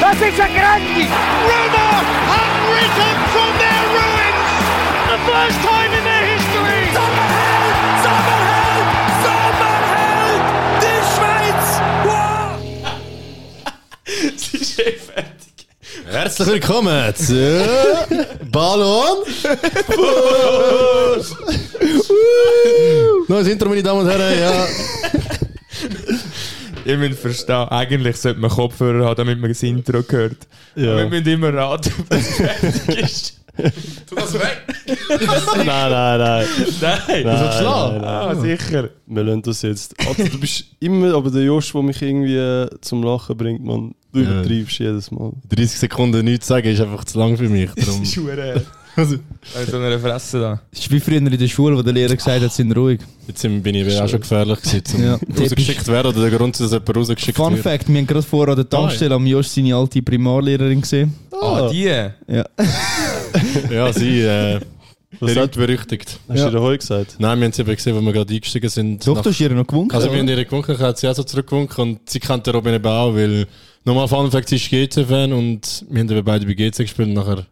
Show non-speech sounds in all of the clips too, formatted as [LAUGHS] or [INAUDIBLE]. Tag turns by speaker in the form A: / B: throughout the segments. A: passage à Grandi.
B: Roma have risen from their ruins. The first time in their history.
C: Sommerheld, Sommerheld, Sommerheld, die Schweiz. Wow.
D: Es ist eh fertig.
E: Herzlich willkommen zu Ballon. Neues Intro, meine Damen und Herren. Ja.
D: Ihr müsst verstehen, eigentlich sollte man Kopfhörer haben, damit man das Intro hört.
E: Ja.
D: Aber Wir müssen immer raten, ob es fertig ist. Tu das weg!
F: Nein, nein, nein.
D: Nein!
F: Nein,
E: sollst schlagen.
F: nein, nein.
D: Ah, sicher.
F: Wir lernen das jetzt. Also, du bist immer aber der Josh, der mich irgendwie äh, zum Lachen bringt, man. Du
E: Ja.
F: übertreibst jedes Mal.
E: 30 Sekunden nichts zu sagen ist einfach zu lang für mich.
D: Das
E: Darum.
D: ist hure. Mit so einer Fresse da.
G: Das ist wie früher in der Schule, wo der Lehrer gesagt hat, sind ruhig.
E: Jetzt sind- bin ich auch schon gefährlich gewesen, um
G: Ja.
E: rausgeschickt werden oder der Grund, dass jemand rausgeschickt
G: Fun
E: wird.
G: Fact, wir haben gerade vorher an der Tankstelle am Josh seine alte Primarlehrerin gesehen.
D: Ah, die?
G: Ja.
E: Ja, sie äh,
F: Was
E: berühmt
F: hat,
E: berüchtigt.
F: hast
G: Ja.
F: du dir heute gesagt?
E: Nein, wir haben sie eben gesehen, als wir gerade eingestiegen sind.
G: Doch,
E: Nach-
G: du hast ihr noch gewunken.
E: Also wir haben ihre gewunken, hat sie auch so zurückgewunken und sie kennt den Robin eben auch, weil nochmal Fun Fact, sie ist GC-Fan und wir haben eben beide bei GC gespielt und nachher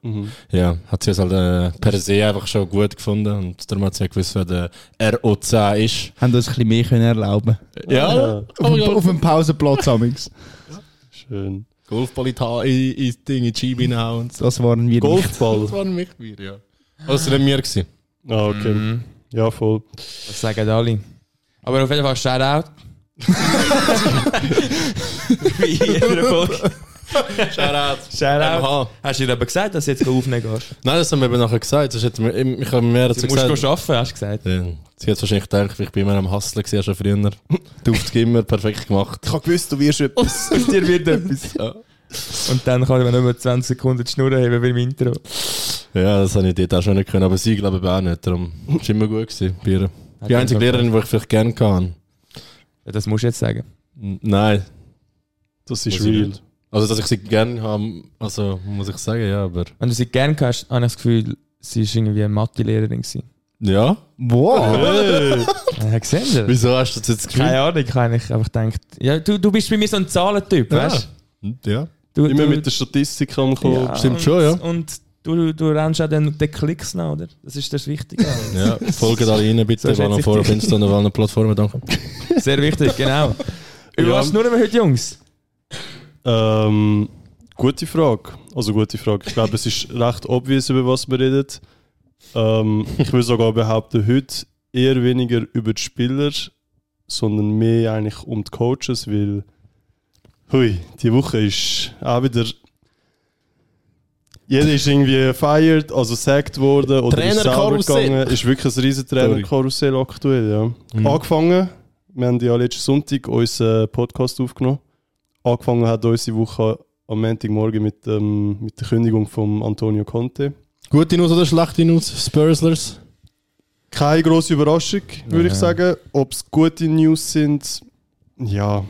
E: ja, hat sie es halt äh, per se einfach schon gut gefunden und darum hat sie auch gewusst, wer der ROC ist.
G: haben uns ein bisschen mehr können erlauben
E: Oh, Ja,
G: Auf, dem- auf dem Pausenplatz amigs.
F: Schön.
E: Golfpolitan in, in das Ding, in die Scheibe hinhauen und so.
G: Das waren wir nicht.
E: Das
F: Golfball.
E: waren mich wir, ja. Also nicht wir gewesen.
F: Ah, okay. Ja, voll.
D: Das sagen alle. Aber auf jeden Fall [LAUGHS] Shoutout. Wie in jeder Folge.
E: Shoutout.
D: Shoutout.
E: MH.
D: Ähm, Hast du dir aber gesagt, dass du jetzt aufnehmen gehst?
E: Nein, das haben wir eben nachher gesagt, das hätten wir, ich habe mehr dazu
D: Du musst
E: gesagt.
D: gehen arbeiten, hast du gesagt.
E: Dann- Ähm, Sie hat wahrscheinlich gedacht, ich bin immer am Hustlen, gewesen, schon früher. [LAUGHS] Duft immer perfekt gemacht. Ich habe gewusst, du wirst [LAUGHS] etwas.
D: Aus dir wird etwas. Und dann kann ich mir nur 20 Sekunden die Schnur heben wie im Intro.
E: Ja, das habe ich dort auch schon nicht können, aber sie glaube ich auch nicht. Darum ist immer gut gewesen. bei ihr. Die einzige Lehrerin, die ich vielleicht gerne kann.
D: Ja, das musst du jetzt sagen.
E: Nein.
F: Das ist
E: Muss ich
F: real.
E: nicht. Also, dass ich sie gerne habe, also muss ich sagen, ja, aber.
D: Wenn du sie gerne hast, habe ich das Gefühl, sie war irgendwie eine Mathe-Lehrerin. gewesen.
E: Ja?
G: Wow!
F: Hey.
D: Ja, gesehen Sie?
E: Wieso hast du das jetzt gefühlt?
D: Keine Ahnung, ich habe eigentlich einfach gedacht. Ja, du, du bist bei mir so ein Zahlentyp, weißt
E: Hm? Ja.
D: du?
F: Immer
D: du,
F: mit der Statistik am Kommen.
D: Ja,
E: Stimmt
D: und,
E: schon, ja.
D: Und du, du rennst auch den, den Klicks nach, oder? Das ist das Wichtige.
E: ja. Folgt alle rein,
D: So
E: bitte.
D: schätze
E: Vor
D: ich
E: vor auf
D: dich.
E: Insta und auf allen Plattformen, danke.
D: Sehr wichtig, genau. Über
F: Ja.
D: was schnurren wir heute, Jungs?
F: Ähm, gute Frage. Also gute Frage. Ich glaube, es ist [LAUGHS] recht obvious, über was wir reden. Ähm, ich würde sogar behaupten, heute eher weniger über die Spieler, sondern mehr eigentlich um die Coaches, weil hui, die Woche ist auch wieder. Jeder ist irgendwie fired, also sacked worden oder ist sauber
E: Trainerkarussell.
F: gegangen. Ist wirklich ein riesen Trainerkarussell aktuell, ja.
D: Mhm.
F: Angefangen, wir haben ja letzten Sonntag unseren Podcast aufgenommen angefangen hat unsere Woche am Montagmorgen mit, ähm, mit der Kündigung von Antonio Conte.
E: Gute News oder schlechte News, Spurslers?
F: Keine grosse Überraschung, würde ich sagen. Ob es gute News sind, ja,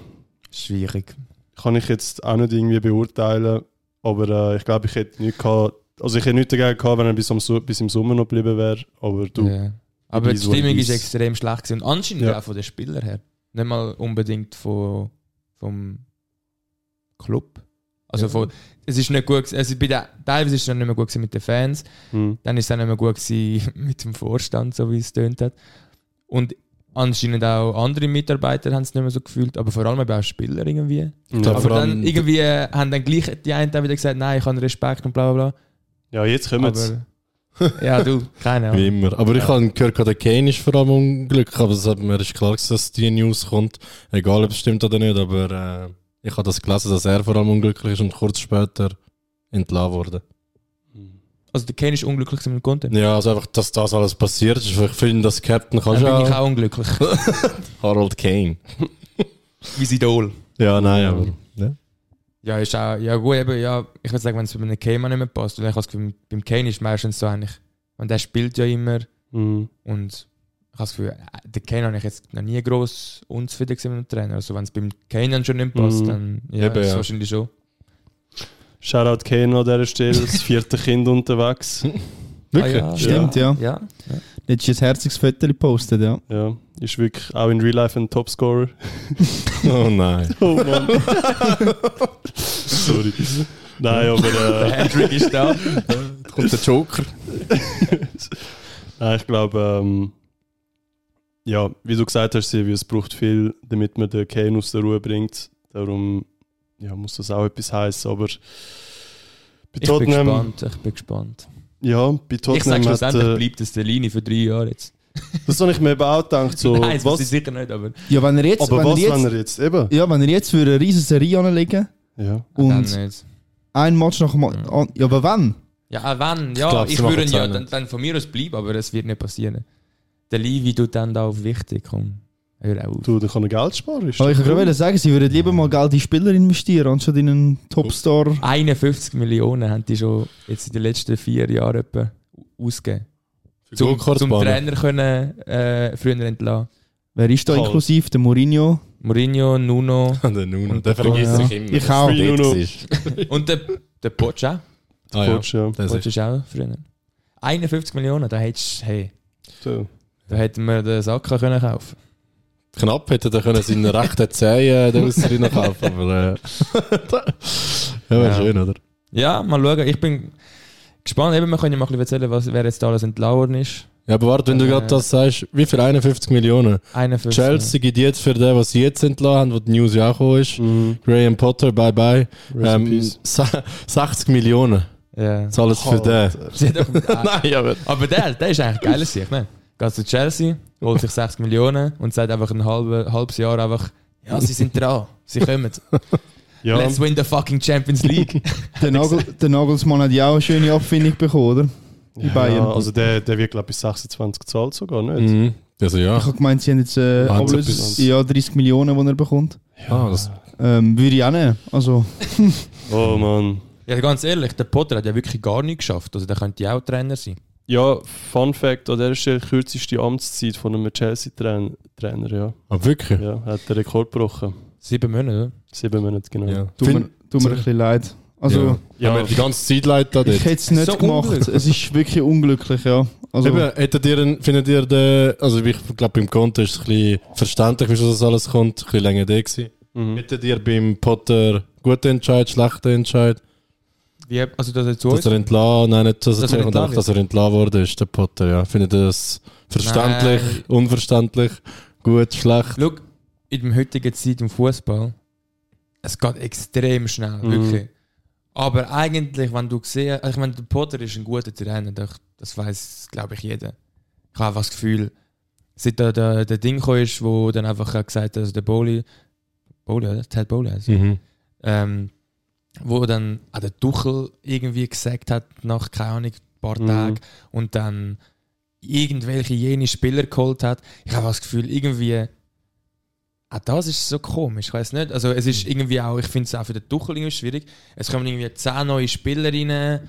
D: Schwierig.
F: kann ich jetzt auch nicht irgendwie beurteilen. Aber äh, ich glaube, ich hätte nichts gehabt. Also ich hätte nichts dagegen gehabt, wenn er bis, am, Su- bis im Sommer noch geblieben wäre. Aber du,
D: Ja. Aber
F: Wie
D: die
F: so ein
D: Stimmung
F: Biss.
D: ist extrem schlecht gewesen. und anscheinend
F: Ja.
D: auch von den Spielern her. Nicht mal unbedingt von, vom Club. Also von, es ist nicht gut gewesen. also bei den, teilweise ist es dann nicht mehr gut gewesen mit den Fans,
F: Hm.
D: dann ist es auch nicht mehr gut gewesen [LAUGHS] mit dem Vorstand, so wie es tönt hat. Und anscheinend auch andere Mitarbeiter haben es nicht mehr so gefühlt, aber vor allem eben auch Spieler irgendwie.
E: glaub,
D: aber
E: vor allem-
D: dann irgendwie äh, haben dann gleich die einen dann wieder gesagt, nein, ich habe Respekt und bla bla
F: ja, jetzt
D: bla.
F: kommen sie.
D: Aber, [LAUGHS] ja, du, keine
E: Wie
D: Ahnung.
E: immer. Aber ich habe gehört, der Kane ist vor allem unglücklich, aber es hat mir ist klar, gewesen, dass die News kommt. Egal, ob es stimmt oder nicht, aber äh, ich habe das gelesen, dass er vor allem unglücklich ist und kurz später entlassen wurde.
D: Also der Kane ist unglücklich mit dem Content.
E: Ja, also einfach, dass das alles passiert ist. Ich finde, dass Captain kannst
D: Dann
E: du
D: bin ich
E: auch.
D: auch unglücklich.
E: Harold Kane.
D: Wie sein Idol.
E: Ja, nein, aber. Ja.
D: Ja, ist auch, ja gut, eben, ja, ich würde sagen, wenn es bei einem Kane auch nicht mehr passt. Und ich habe das Gefühl, beim Kane ist es meistens so eigentlich, und der spielt ja immer
F: Hm.
D: und ich habe das Gefühl, äh, den Kane habe ich jetzt noch nie gross unzufrieden gesehen mit dem Trainer. Also wenn es beim Kane dann schon nicht passt,
F: Mhm.
D: dann ja,
E: Eben,
D: ist es
E: ja.
D: wahrscheinlich schon.
F: Shoutout [LAUGHS] Kane an dieser Stelle, das vierte Kind unterwegs.
D: Wirklich? Ah, ja,
G: Stimmt, ja.
D: Ja.
G: Hättest du ein herziges Foto gepostet, ja.
F: Ja, ist wirklich auch in Real Life ein Topscorer.
E: Oh nein.
F: Oh Mann. [LAUGHS] Sorry. Nein, aber [LAUGHS] äh,
D: Patrick ist da.
E: [LAUGHS] Kommt der Joker.
F: nein, ich glaube, ähm, ja, wie du gesagt hast, Silvio, es braucht viel, damit man den Kane aus der Ruhe bringt. Darum ja, muss das auch etwas heißen. Aber bei
D: Ich bin
F: Tottenham,
D: gespannt. Ich bin gespannt.
F: ja, bei
D: Ich sage
F: Tottenham hat,
D: schlussendlich
F: äh,
D: bleibt es der Linie für drei Jahre jetzt.
F: das habe ich mir eben auch gedacht. [LAUGHS] So,
D: [LAUGHS] Nein, das weiß ich
F: was,
D: sicher nicht, aber
G: Ja, wenn er jetzt,
F: aber
G: wenn
F: was,
G: er jetzt,
F: wenn er jetzt eben?
G: ja, wenn er jetzt für eine riesige Serie anlegen
F: Ja.
D: dann
G: und
D: nicht.
G: ein Match nach dem
D: Ja.
G: anderen. Ja, aber wann?
D: Ja, äh, wenn, ja, ich,
E: glaub, sie machen
D: würde ihn
E: es
D: ja
E: auch
D: dann,
E: nicht.
D: dann von mir aus bleiben, aber es wird nicht passieren. Der Levi tut dann da auf wichtig, komm, hör auf.
F: Du, dann kann er Geld sparen. ist doch
G: Aber Oh, ich kann
F: cool.
G: gerade sagen, sie würden lieber mal Geld in Spieler investieren, anstatt in einen Topstar.
D: 51 Millionen haben die schon jetzt in den letzten vier Jahren etwa ausgegeben. Zum, zum
E: Goldkartbahn.
D: Trainer können äh, früher entlassen.
G: Wer ist da
F: Karl.
G: inklusiv? Der Mourinho?
E: [LAUGHS]
D: Mourinho, Nuno
E: [LAUGHS] Der Nuno. Der
G: Ja.
E: vergisst sich immer.
G: Ich auch.
E: Wie
F: Nuno.
E: Ist.
D: und der, der Poch auch.
E: Ah, ja.
F: Coach, ja.
E: Das
D: Poch
E: ist
D: ist auch früher. 51 Millionen, da hättest hey,
F: So.
D: da hätten wir den Saka können kaufen
E: knapp. Hätte er können seinen rechten Zehen den Ausser noch kaufen aber, äh, Ja, wäre
D: Ja.
E: schön, oder?
D: Ja, mal schauen. Ich bin gespannt. Eben, wir können ja mal ein bisschen erzählen, was, wer jetzt da alles entlauen ist.
E: Ja, aber warte, wenn du
D: Äh.
E: gerade das sagst, wie viel 51 Millionen?
D: 51.
E: Chelsea geht jetzt für den, was sie jetzt entlassen haben, wo die News ja auch gekommen ist. Graham Potter, bye bye.
F: Mhm. Rest in
E: Ähm,
F: peace.
E: sa- 60 Millionen
D: Ja.
E: zahlen sie für den.
D: Sie hat doch-
E: Nein, aber.
D: Aber der, der ist eigentlich geiler Sieg, ne? Geht zu Chelsea, holt sich 60 Millionen und sagt einfach ein halbe, halbes Jahr einfach, ja, sie sind dran, sie kommen.
F: Ja,
D: Let's win the fucking Champions League. [LAUGHS]
G: Der, Nagel, der Nagelsmann hat ja auch eine schöne Abfindung bekommen, oder? In
F: ja,
G: Bayern.
F: also der, der wird, glaube ich, bis 26 gezahlt sogar, nicht?
E: Mhm. Also
G: Ich
E: ja.
G: habe gemeint, sie haben jetzt äh,
E: Wahnsinn.
G: Ablöse, ja, 30 Millionen, die er bekommt.
E: Ah, das,
G: Ähm, würde ich auch nehmen. Also,
F: Oh Mann.
D: ja, ganz ehrlich, der Potter hat ja wirklich gar nichts geschafft. Also der könnte ja auch Trainer sein.
F: Ja, Fun Fact, an dieser Stelle kürzeste Amtszeit von einem Chelsea-Trainer, Trainer, ja.
E: aber wirklich.
F: ja. Hat den Rekord gebrochen.
D: Sieben Monate,
F: Sieben Monate, genau.
E: Ja.
G: tut mir, tut mir ein bisschen leid. Also,
E: Ja.
F: Ja,
E: Ja, haben wir die ganze Zeit Leute da
G: ich
E: dort.
G: hätte es nicht
D: So
G: gemacht.
D: unglücklich.
G: Es ist wirklich unglücklich, ja. Also,
E: Eben, hättet ihr, einen- findet ihr den, also ich glaube beim Konto ist es ein bisschen verständlich, wieso das alles kommt, ein bisschen länger da gewesen.
F: Mhm.
E: Hättet ihr beim Potter guten Entscheid, schlechten Entscheid,
D: oder? Wie, also das jetzt zu
E: dass
D: uns?
E: er entlassen, nein, nicht, dass er,
D: Dass er
E: zurückkommt,
D: entlassen
E: einfach, dass er entlassen wurde, ist der Potter, ja. Findet ihr das verständlich,
D: Nein.
E: unverständlich, gut, schlecht?
D: Schau, in der heutigen Zeit im Fußball, es geht extrem schnell,
F: Mhm.
D: wirklich. Aber eigentlich, wenn du siehst, ich meine, der Potter ist ein guter Trainer, doch, das weiß, glaube ich, jeder. Ich habe einfach das Gefühl, seit der, der, der Ding gekommen ist, wo dann einfach auch gesagt hat, also der Bowley, Bowley, oder? Ted Bowley, also,
E: Mhm.
D: ähm, wo dann auch der Tuchel irgendwie gesagt hat, nach keine Ahnung, ein paar
F: Mhm.
D: Tagen, und dann irgendwelche jene Spieler geholt hat. Ich habe das Gefühl, irgendwie, auch das ist so komisch, ich weiß nicht. Also es ist
F: Mhm.
D: irgendwie auch, ich finde es auch für den Tuchel irgendwie schwierig. Es kommen irgendwie zehn neue Spieler rein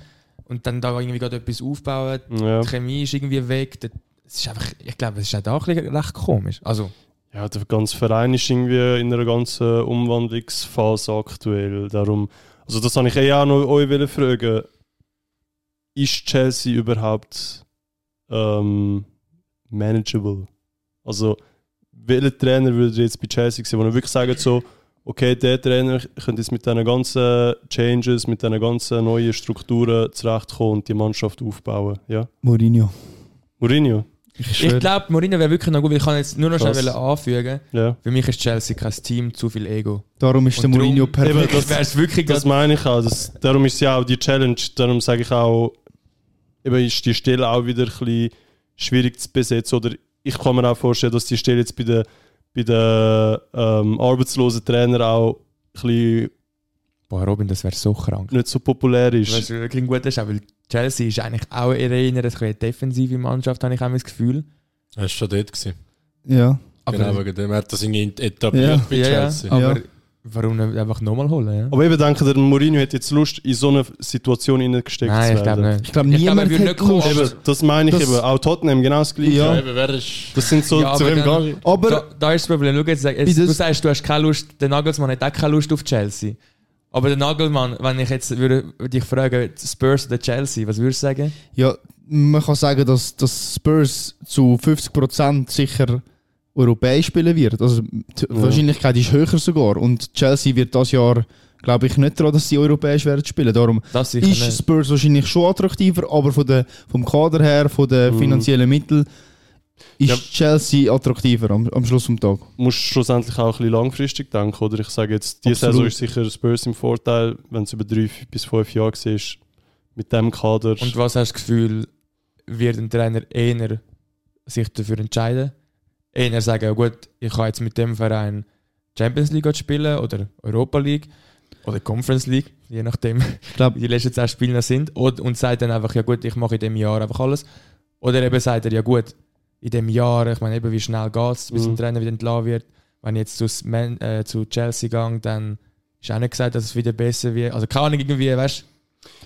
D: und dann da irgendwie gerade etwas aufbauen.
F: Ja.
D: Die Chemie ist irgendwie weg. Das- Es ist einfach, ich glaube, es ist auch da ein bisschen recht komisch. Also,
F: ja, der ganze Verein ist irgendwie in einer ganzen Umwandlungsphase aktuell. Darum, also das habe ich eh auch noch euch wollen fragen. Ist Chelsea überhaupt ähm, manageable? Also, welchen Trainer würde ihr jetzt bei Chelsea sehen, wo ihr wirklich sagt, so, okay, der Trainer könnte jetzt mit diesen ganzen Changes, mit diesen ganzen neuen Strukturen zurechtkommen und die Mannschaft aufbauen? Ja?
G: Mourinho.
F: Mourinho?
G: Ich
D: ich
G: schwöre.
D: glaube, Mourinho wäre wirklich noch gut, weil ich kann jetzt nur noch schnell
F: Krass.
D: wollen anfügen.
F: Ja.
D: Für mich ist Chelsea kein Team, zu viel Ego.
G: Darum ist der
D: Und
G: Mourinho
D: darum-
F: Eben,
G: perfekt.
F: das-
D: Ich wäre es wirklich
F: Das meine ich auch. Das, darum ist ja auch die Challenge. Darum sage ich auch, eben ist die Stelle auch wieder ein bisschen schwierig zu besetzen. Oder ich kann mir auch vorstellen, dass die Stelle jetzt bei den, bei den ähm, arbeitslosen Trainern auch ein bisschen
D: Boah, Robin, das wäre so krank.
F: nicht so populär
D: Das
F: ist.
D: ist wirklich ein guter Schau, weil Chelsea ist eigentlich auch eher eine bisschen defensive Mannschaft, habe ich auch das Gefühl.
E: Er war schon dort. Gewesen.
G: Ja.
D: Aber,
E: genau wegen dem. Er hat das irgendwie etabliert
G: Ja.
E: bei
D: ja,
E: Chelsea.
D: Ja, aber
G: Ja.
D: warum nicht einfach nochmal holen? Ja?
F: Aber eben denke, der Mourinho hätte jetzt Lust, in so eine Situation hineingesteckt
D: Nein, ich
F: zu werden.
D: glaube nicht.
G: Ich glaube,
D: Ich glaube,
G: niemand
D: er würde
G: hat
D: nicht
G: Lust.
D: kommen.
F: Eben, das meine ich
G: Das-
F: eben. Auch Tottenham, genau das Gleiche.
G: Ja.
E: Eben, wer ist...
F: Das sind so
D: Ja,
F: zu
D: aber
F: wem
D: dann-
F: gehe ich?
G: Aber
D: da, da ist das Problem. Schau jetzt, sag- jetzt,
G: Bei
D: du
G: das-
D: sagst, du hast keine Lust, der Nagelsmann hat auch keine Lust auf Chelsea. Aber der Nagelmann, wenn ich jetzt würde dich fragen, Spurs oder Chelsea, was würdest du sagen?
G: ja, man kann sagen, dass, dass Spurs zu 50% sicher europäisch spielen wird. Also die Wahrscheinlichkeit ist höher sogar. Und Chelsea wird das Jahr, glaube ich, nicht daran, dass sie europäisch werden spielen. Darum
D: Das sicher
G: ist
D: nicht.
G: Spurs wahrscheinlich schon attraktiver, aber von der, vom Kader her, von
D: Mhm.
G: den finanziellen Mitteln, ist
F: Ja.
G: Chelsea attraktiver am, am Schluss des Tages.
F: musst schlussendlich auch ein bisschen langfristig denken, oder? Ich sage jetzt, diese
G: Absolut.
F: Saison ist sicher Spurs im Vorteil, wenn es über drei f- bis fünf Jahre ist mit dem Kader.
D: Und was hast du das Gefühl, wird ein Trainer eher sich dafür entscheiden? Eher sagen, ja gut, ich kann jetzt mit dem Verein Champions League spielen oder Europa League oder Conference League, je nachdem,
G: Ich glaube,
D: wie die letzten zehn Spiele noch sind. Und, und sagt dann einfach, ja gut, ich mache in dem Jahr einfach alles. Oder eben sagt er, ja gut, in dem Jahr, ich meine eben, wie schnell geht es, bis
F: Mhm.
D: ein Trainer wieder entlassen wird. Wenn ich jetzt zu, Man äh, zu Chelsea gehe, dann ist auch nicht gesagt, dass es wieder besser wird. Also keine Ahnung, irgendwie, weißt du,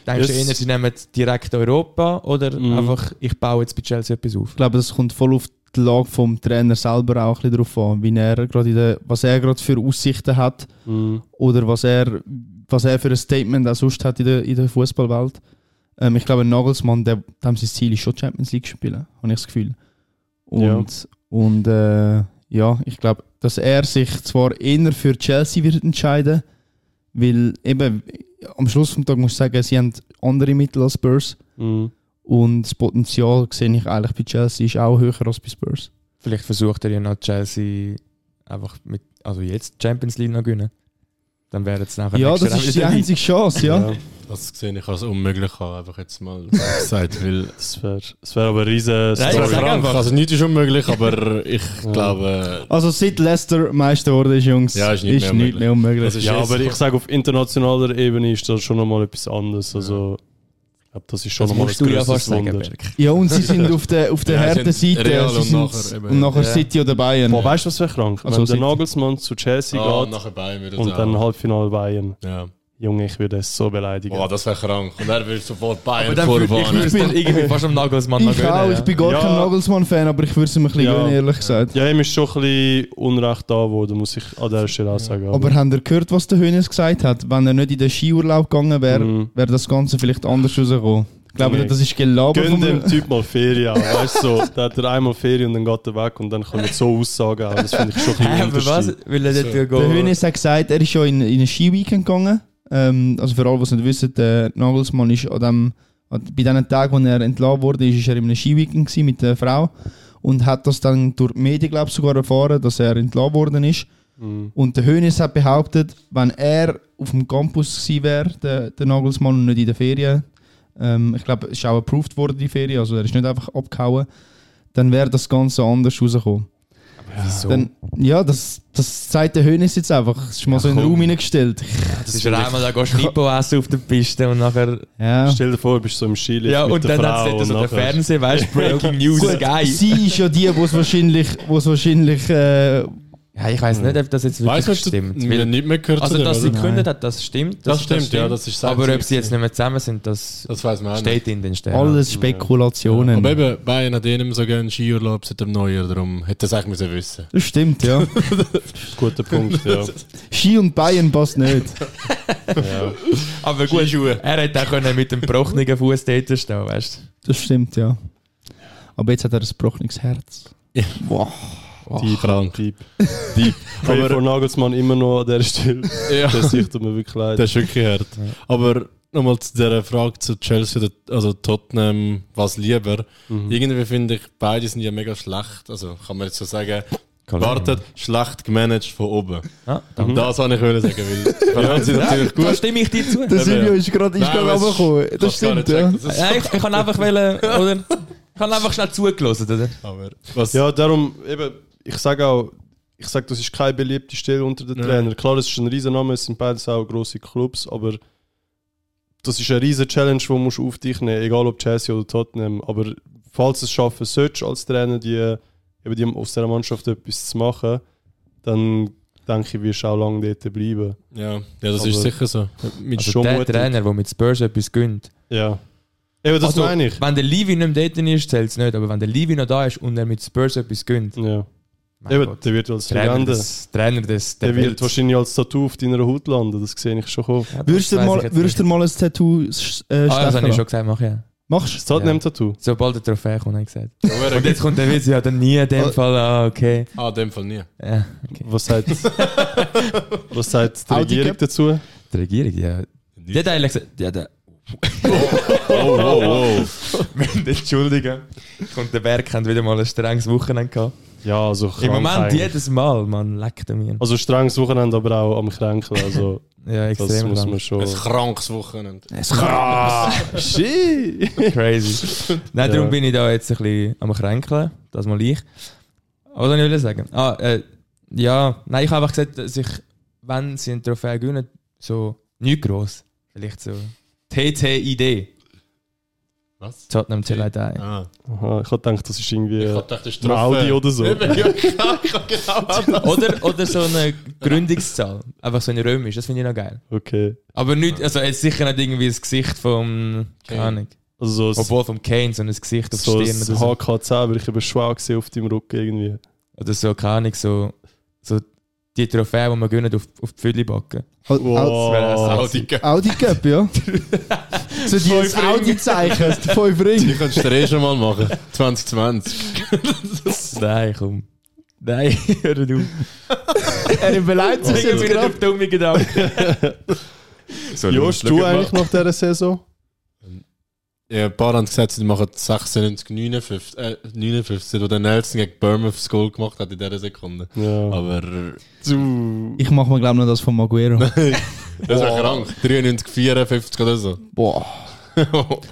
D: Denkst
F: Es-
D: du eher, sie nehmen direkt Europa oder
F: Mhm.
D: einfach, ich baue jetzt bei Chelsea etwas auf?
G: Ich glaube, das kommt voll auf die Lage vom Trainer selber auch ein bisschen drauf an, wie er gerade in der, was er gerade für Aussichten hat
F: Mhm.
G: oder was er, was er für ein Statement auch sonst hat in der, in der Fußballwelt. Ähm, ich glaube, ein Nagelsmann, der, dem sein Ziel ist schon Champions League spielen, habe ich das Gefühl. Und
F: Ja.
G: ja, und, äh, ja ich glaube, dass er sich zwar eher für Chelsea wird entscheiden, weil eben am Schluss vom Tag muss ich sagen, sie haben andere Mittel als Spurs.
F: Mhm.
G: Und das Potenzial sehe ich eigentlich bei Chelsea ist auch höher als bei Spurs.
D: Vielleicht versucht er ja noch Chelsea einfach mit, also jetzt Champions League noch gewinnen. Dann wäre es nachher
G: ja,
D: nächstes
G: das
D: Jahr
G: ist die
D: wieder
G: einzige Chance, ja.
E: Das sehe ich als unmöglich an, einfach jetzt mal gesagt, weil...
F: Das wäre das wär aber eine riesen
D: Nein,
F: Story.
D: sag einfach.
E: Also nichts ist unmöglich, aber [LAUGHS] ich glaube...
G: Also seit Leicester Meister wurde ist, Jungs,
E: Ja, ist nicht mehr
G: nichts mehr unmöglich.
E: Das ist
F: Ja,
E: jetzt-
F: aber ich sage, auf internationaler Ebene ist das schon nochmal etwas anderes. Also, ich glaube, das ist schon
D: Das
F: nochmal ein
D: musst du ja fast
F: grösseres
D: sagen,
F: Wunder.
D: Berg.
G: ja, und sie sind auf der, auf der
E: Ja,
G: harten
E: sie sind
G: Seite.
E: Real
G: sie
E: und
G: sind,
E: nachher eben.
G: und nachher
D: Ja.
G: City oder Bayern.
F: Boah, weißt du, was wäre krank?
G: Also,
F: Wenn der
G: City.
F: Nagelsmann zu Chelsea
E: Ah,
F: geht
E: nachher Bayern würde
F: und
E: es
F: dann
E: auch.
F: Halbfinale Bayern.
E: Ja. Oh,
F: Junge, ich würde es so beleidigen.
E: Boah, das wäre krank. Und er würde sofort
D: Aber
E: Bayern
D: dann würde ich würde
E: vorwarnen.
D: es
E: [LAUGHS]
D: dann irgendwie fast am Nagelsmann noch
G: ich
D: gönnen,
G: auch,
D: ja.
G: ich bin gar
F: Ja.
G: kein Nagelsmann-Fan, aber ich würde es ihm ein bisschen
F: Ja.
G: gönnen, ehrlich gesagt.
F: ja, ihm ist schon ein bisschen Unrecht da geworden, muss ich an dieser Stelle auch sagen.
G: Aber habt ihr gehört, was der Hönes gesagt hat? Wenn er nicht in den Skiurlaub gegangen wäre,
F: Mhm.
G: wäre das Ganze vielleicht anders rausgekommen. Ich glaube,
F: Nee.
G: das ist Gelaber
F: Gönn
G: vom [LAUGHS]
F: dem Typ mal Ferien, auch, weißt du? So, da hat er einmal Ferien und dann geht er weg und dann kann er so Aussagen haben. Das finde ich schon
D: Hä,
F: ein
D: aber
F: bisschen
D: was?
F: Unterschied.
D: Weil er dort
E: So.
D: ja
G: Der
D: geht.
G: Hönes hat gesagt, er ist ja in, in ein Skiweekend gegangen. Ähm, also für alle, die es nicht wissen, der Nagelsmann ist an dem, an, bei diesen Tagen, wo er entlassen wurde, ist, ist er in einem Skiweekend gewesen mit der Frau und hat das dann durch die Medien, glaube ich, sogar erfahren, dass er entlassen worden ist.
F: Mhm.
G: Und der Hönes hat behauptet, wenn er auf dem Campus gewesen wäre, der, der Nagelsmann, und nicht in der Ferien, ähm, ich glaube, es ist auch approved worden, die Ferien, also er ist nicht einfach abgehauen, dann wäre das Ganze anders rausgekommen.
D: Wieso?
G: Dann, ja, das, das sagt der Hönes jetzt einfach. Es ist mal so in den Raum hineingestellt.
D: das ist ja einmal, da gehst du Schnipo essen auf der Piste und nachher...
G: Ja.
F: Stell dir vor, du bist so im Skilift
D: Ja,
F: mit
D: und
F: der
D: dann
F: Frau
D: hat es
F: und
D: so den
F: nachher-
D: Fernsehen, weißt du, Breaking News, geil.
G: Sie ist ja die, die es wahrscheinlich, wo's wahrscheinlich äh,
D: Ja, ich weiß nicht, ob das jetzt
E: Weißt du,
D: wirklich
E: hast du
D: stimmt. Weil-
E: nicht mehr gehört
D: Also,
E: zu dem,
D: dass sie
E: oder?
D: gekündigt hat, das stimmt.
E: Das stimmt, ja, das ist
D: Aber ob
E: selbst-
D: sie jetzt nicht mehr zusammen sind, das
E: Das weiß man auch nicht.
D: steht in den Sternen.
G: alles Spekulationen.
E: Aber eben, Bayern hat eh nicht mehr so gerne Skiurlaub seit dem Neujahr, darum hätte das eigentlich müssen wissen
G: das stimmt, ja.
E: [LAUGHS]
F: Guter Punkt,
D: [LAUGHS]
F: ja.
G: Ski und Bayern passt nicht.
D: Aber gut, er hätte auch können mit dem gebrochenen Fuß dort stehen, weißt du.
G: Das stimmt, ja. Aber jetzt hat er ein gebrochenes Herz.
E: müssen. Krank.
F: Deep. Deep.
D: [LAUGHS]
F: Aber vor Nagelsmann immer noch an dieser Stelle.
E: Ja.
F: Das sieht mir wirklich leid.
E: Das ist wirklich hart. Aber nochmal zu der Frage zu Chelsea oder also Tottenham, was lieber? Irgendwie finde ich, beide sind ja mega schlecht. Also kann man jetzt so sagen, wartet, schlecht gemanagt von oben.
D: Ja,
E: Das wollte ich wollen sagen, weil ja, sind natürlich
D: Da
E: gut.
D: stimme ich dir zu.
G: Das
E: Eben,
G: Video
E: ja.
G: ist gerade
E: Nein, aber es-
G: runtergekommen.
E: ich
G: Das
E: hab's gar nicht
G: stimmt, ja.
E: gecheckt, dass es-
D: Ja, ich, ich
E: [LAUGHS]
D: kann einfach wollen, oder? Ich habe einfach schnell zugelassen, oder?
E: Aber was,
F: Ja, darum, eben, ich sage auch, ich sage, das ist keine beliebte Stelle unter den
E: Nein.
F: Trainern. Klar, es ist ein Riesenname, es sind beides auch grosse Clubs, aber das ist eine riesige Challenge, die musst du auf dich nehmen, egal ob Chelsea oder Tottenham. Aber falls es schaffen solltest als Trainer, die, eben die aus dieser Mannschaft etwas zu machen, dann denke ich, wirst du auch lange dort bleiben.
E: ja, ja, das
F: Aber-
E: ist sicher so.
F: Mit
D: Also
F: schon
D: der
F: mutig.
D: Trainer, der mit Spurs etwas gönnt.
F: Ja. Eben, das
D: also,
F: meine ich.
D: Wenn der Levi nicht mehr dort ist, zählt es nicht. Aber wenn der Levi noch da ist und er mit Spurs etwas gönnt,
F: Ja.
D: mein
F: Eben,
D: Gott,
F: der wird als
D: Trainer
F: Legende.
D: des, Trainer des
F: Der wird
D: Welt.
F: wahrscheinlich als Tattoo auf deiner Haut landen, das sehe ich schon kommen.
D: Ja, das
G: Würdest du
D: weiss
G: mal,
D: ich jetzt
G: würdest du
D: nicht.
G: mal ein Tattoo äh, stechen
D: Ah, das habe ich
G: lassen?
D: schon gesagt, mach ich ja.
G: Machst
F: Staat
D: Ja.
F: nimmt Tattoo.
D: Sobald der Trophäe kommt, habe ich gesagt.
E: Ja,
D: Und jetzt kommt der Witz, ja, dann nie in dem
G: Oh.
D: Fall, ah, okay.
E: ah, in dem Fall nie.
D: Ja.
F: Was sagt, was sagt die
G: Audi
F: Regierung
G: Cup?
F: dazu?
D: Die Regierung, ja. Die hat eigentlich gesagt, ja, der. [LAUGHS]
E: Oh, wow, wow.
D: Wir müssen entschuldigen. Und der Berg hat wieder mal ein strenges Wochenende gehabt.
F: Ja, also krank
D: Im Moment
F: eigentlich.
D: jedes Mal, man leckt mir.
F: Also strenges Wochenende, aber auch am Kränkeln. Also
D: Ja,
F: das
D: extrem
F: muss
D: lang.
F: man schon.
E: oh. Ein krankes Wochenende.
G: du? Es kann.
F: Shit!
D: Crazy. Nein, darum
F: Ja.
D: bin ich da jetzt ein bisschen am Kränkeln, das mal ich. Aber was soll ich will sagen? Ah, äh, ja, nein, ich habe einfach gesagt, dass ich, wenn sie ein Trophäe gewinnen, so nicht gross. Vielleicht so TTID,
E: Was?
D: Tottenham Teledei.
E: Ah.
F: Aha, ich hab gedacht, das ist irgendwie.
E: Ich hab gedacht, das ist
F: Ein
E: Trophäe.
F: Audi oder so.
E: Eben, [LAUGHS] ja, klar, ich hab genau das.
D: Oder, oder so eine Gründungszahl, einfach so eine römisch, das finde ich noch geil.
F: Okay.
D: Aber nicht, also jetzt sicher nicht irgendwie das Gesicht vom, keine
E: Kane.
D: Ahnung,
F: Also so
D: obwohl vom Kane, sondern das Gesicht
F: ein,
D: auf
F: so
D: der
F: ein
D: Stirn oder so.
F: HKZ, weil ich eben schwer gesehen auf deinem Rücken irgendwie.
D: Oder Also so, keine Ahnung, so, so die Trophäe, die man gewinnt, auf, auf die Pfüdli backen.
G: Au-
D: wäre
E: Audi Cup.
G: Audi
E: [LAUGHS]
G: Cup, ja. so dieses
E: Fünf Ringe.
G: Audi-Zeichen, die fünf
E: Die
G: Ringe.
E: kannst du eh schon mal machen. 2020.
D: Nein, komm. Nein, [LAUGHS] hör du.
G: Er beleidigt sich
D: Ich bin
G: jetzt
D: wieder
G: gerade.
D: auf dumme Gedanken.
E: So,
F: Jost,
E: schau
F: du
E: mal.
F: eigentlich nach dieser Saison?
E: Ja, ein paar haben gesagt, sie machen 96, 59, äh, 59, wo der Nelson gegen Burma aufs Goal gemacht hat in dieser Sekunde.
F: Ja.
E: Aber
F: Zu.
G: Ich mache mir, glaube ich, noch das von Maguero.
E: das war krank. 93, 54 oder so.
G: Boah.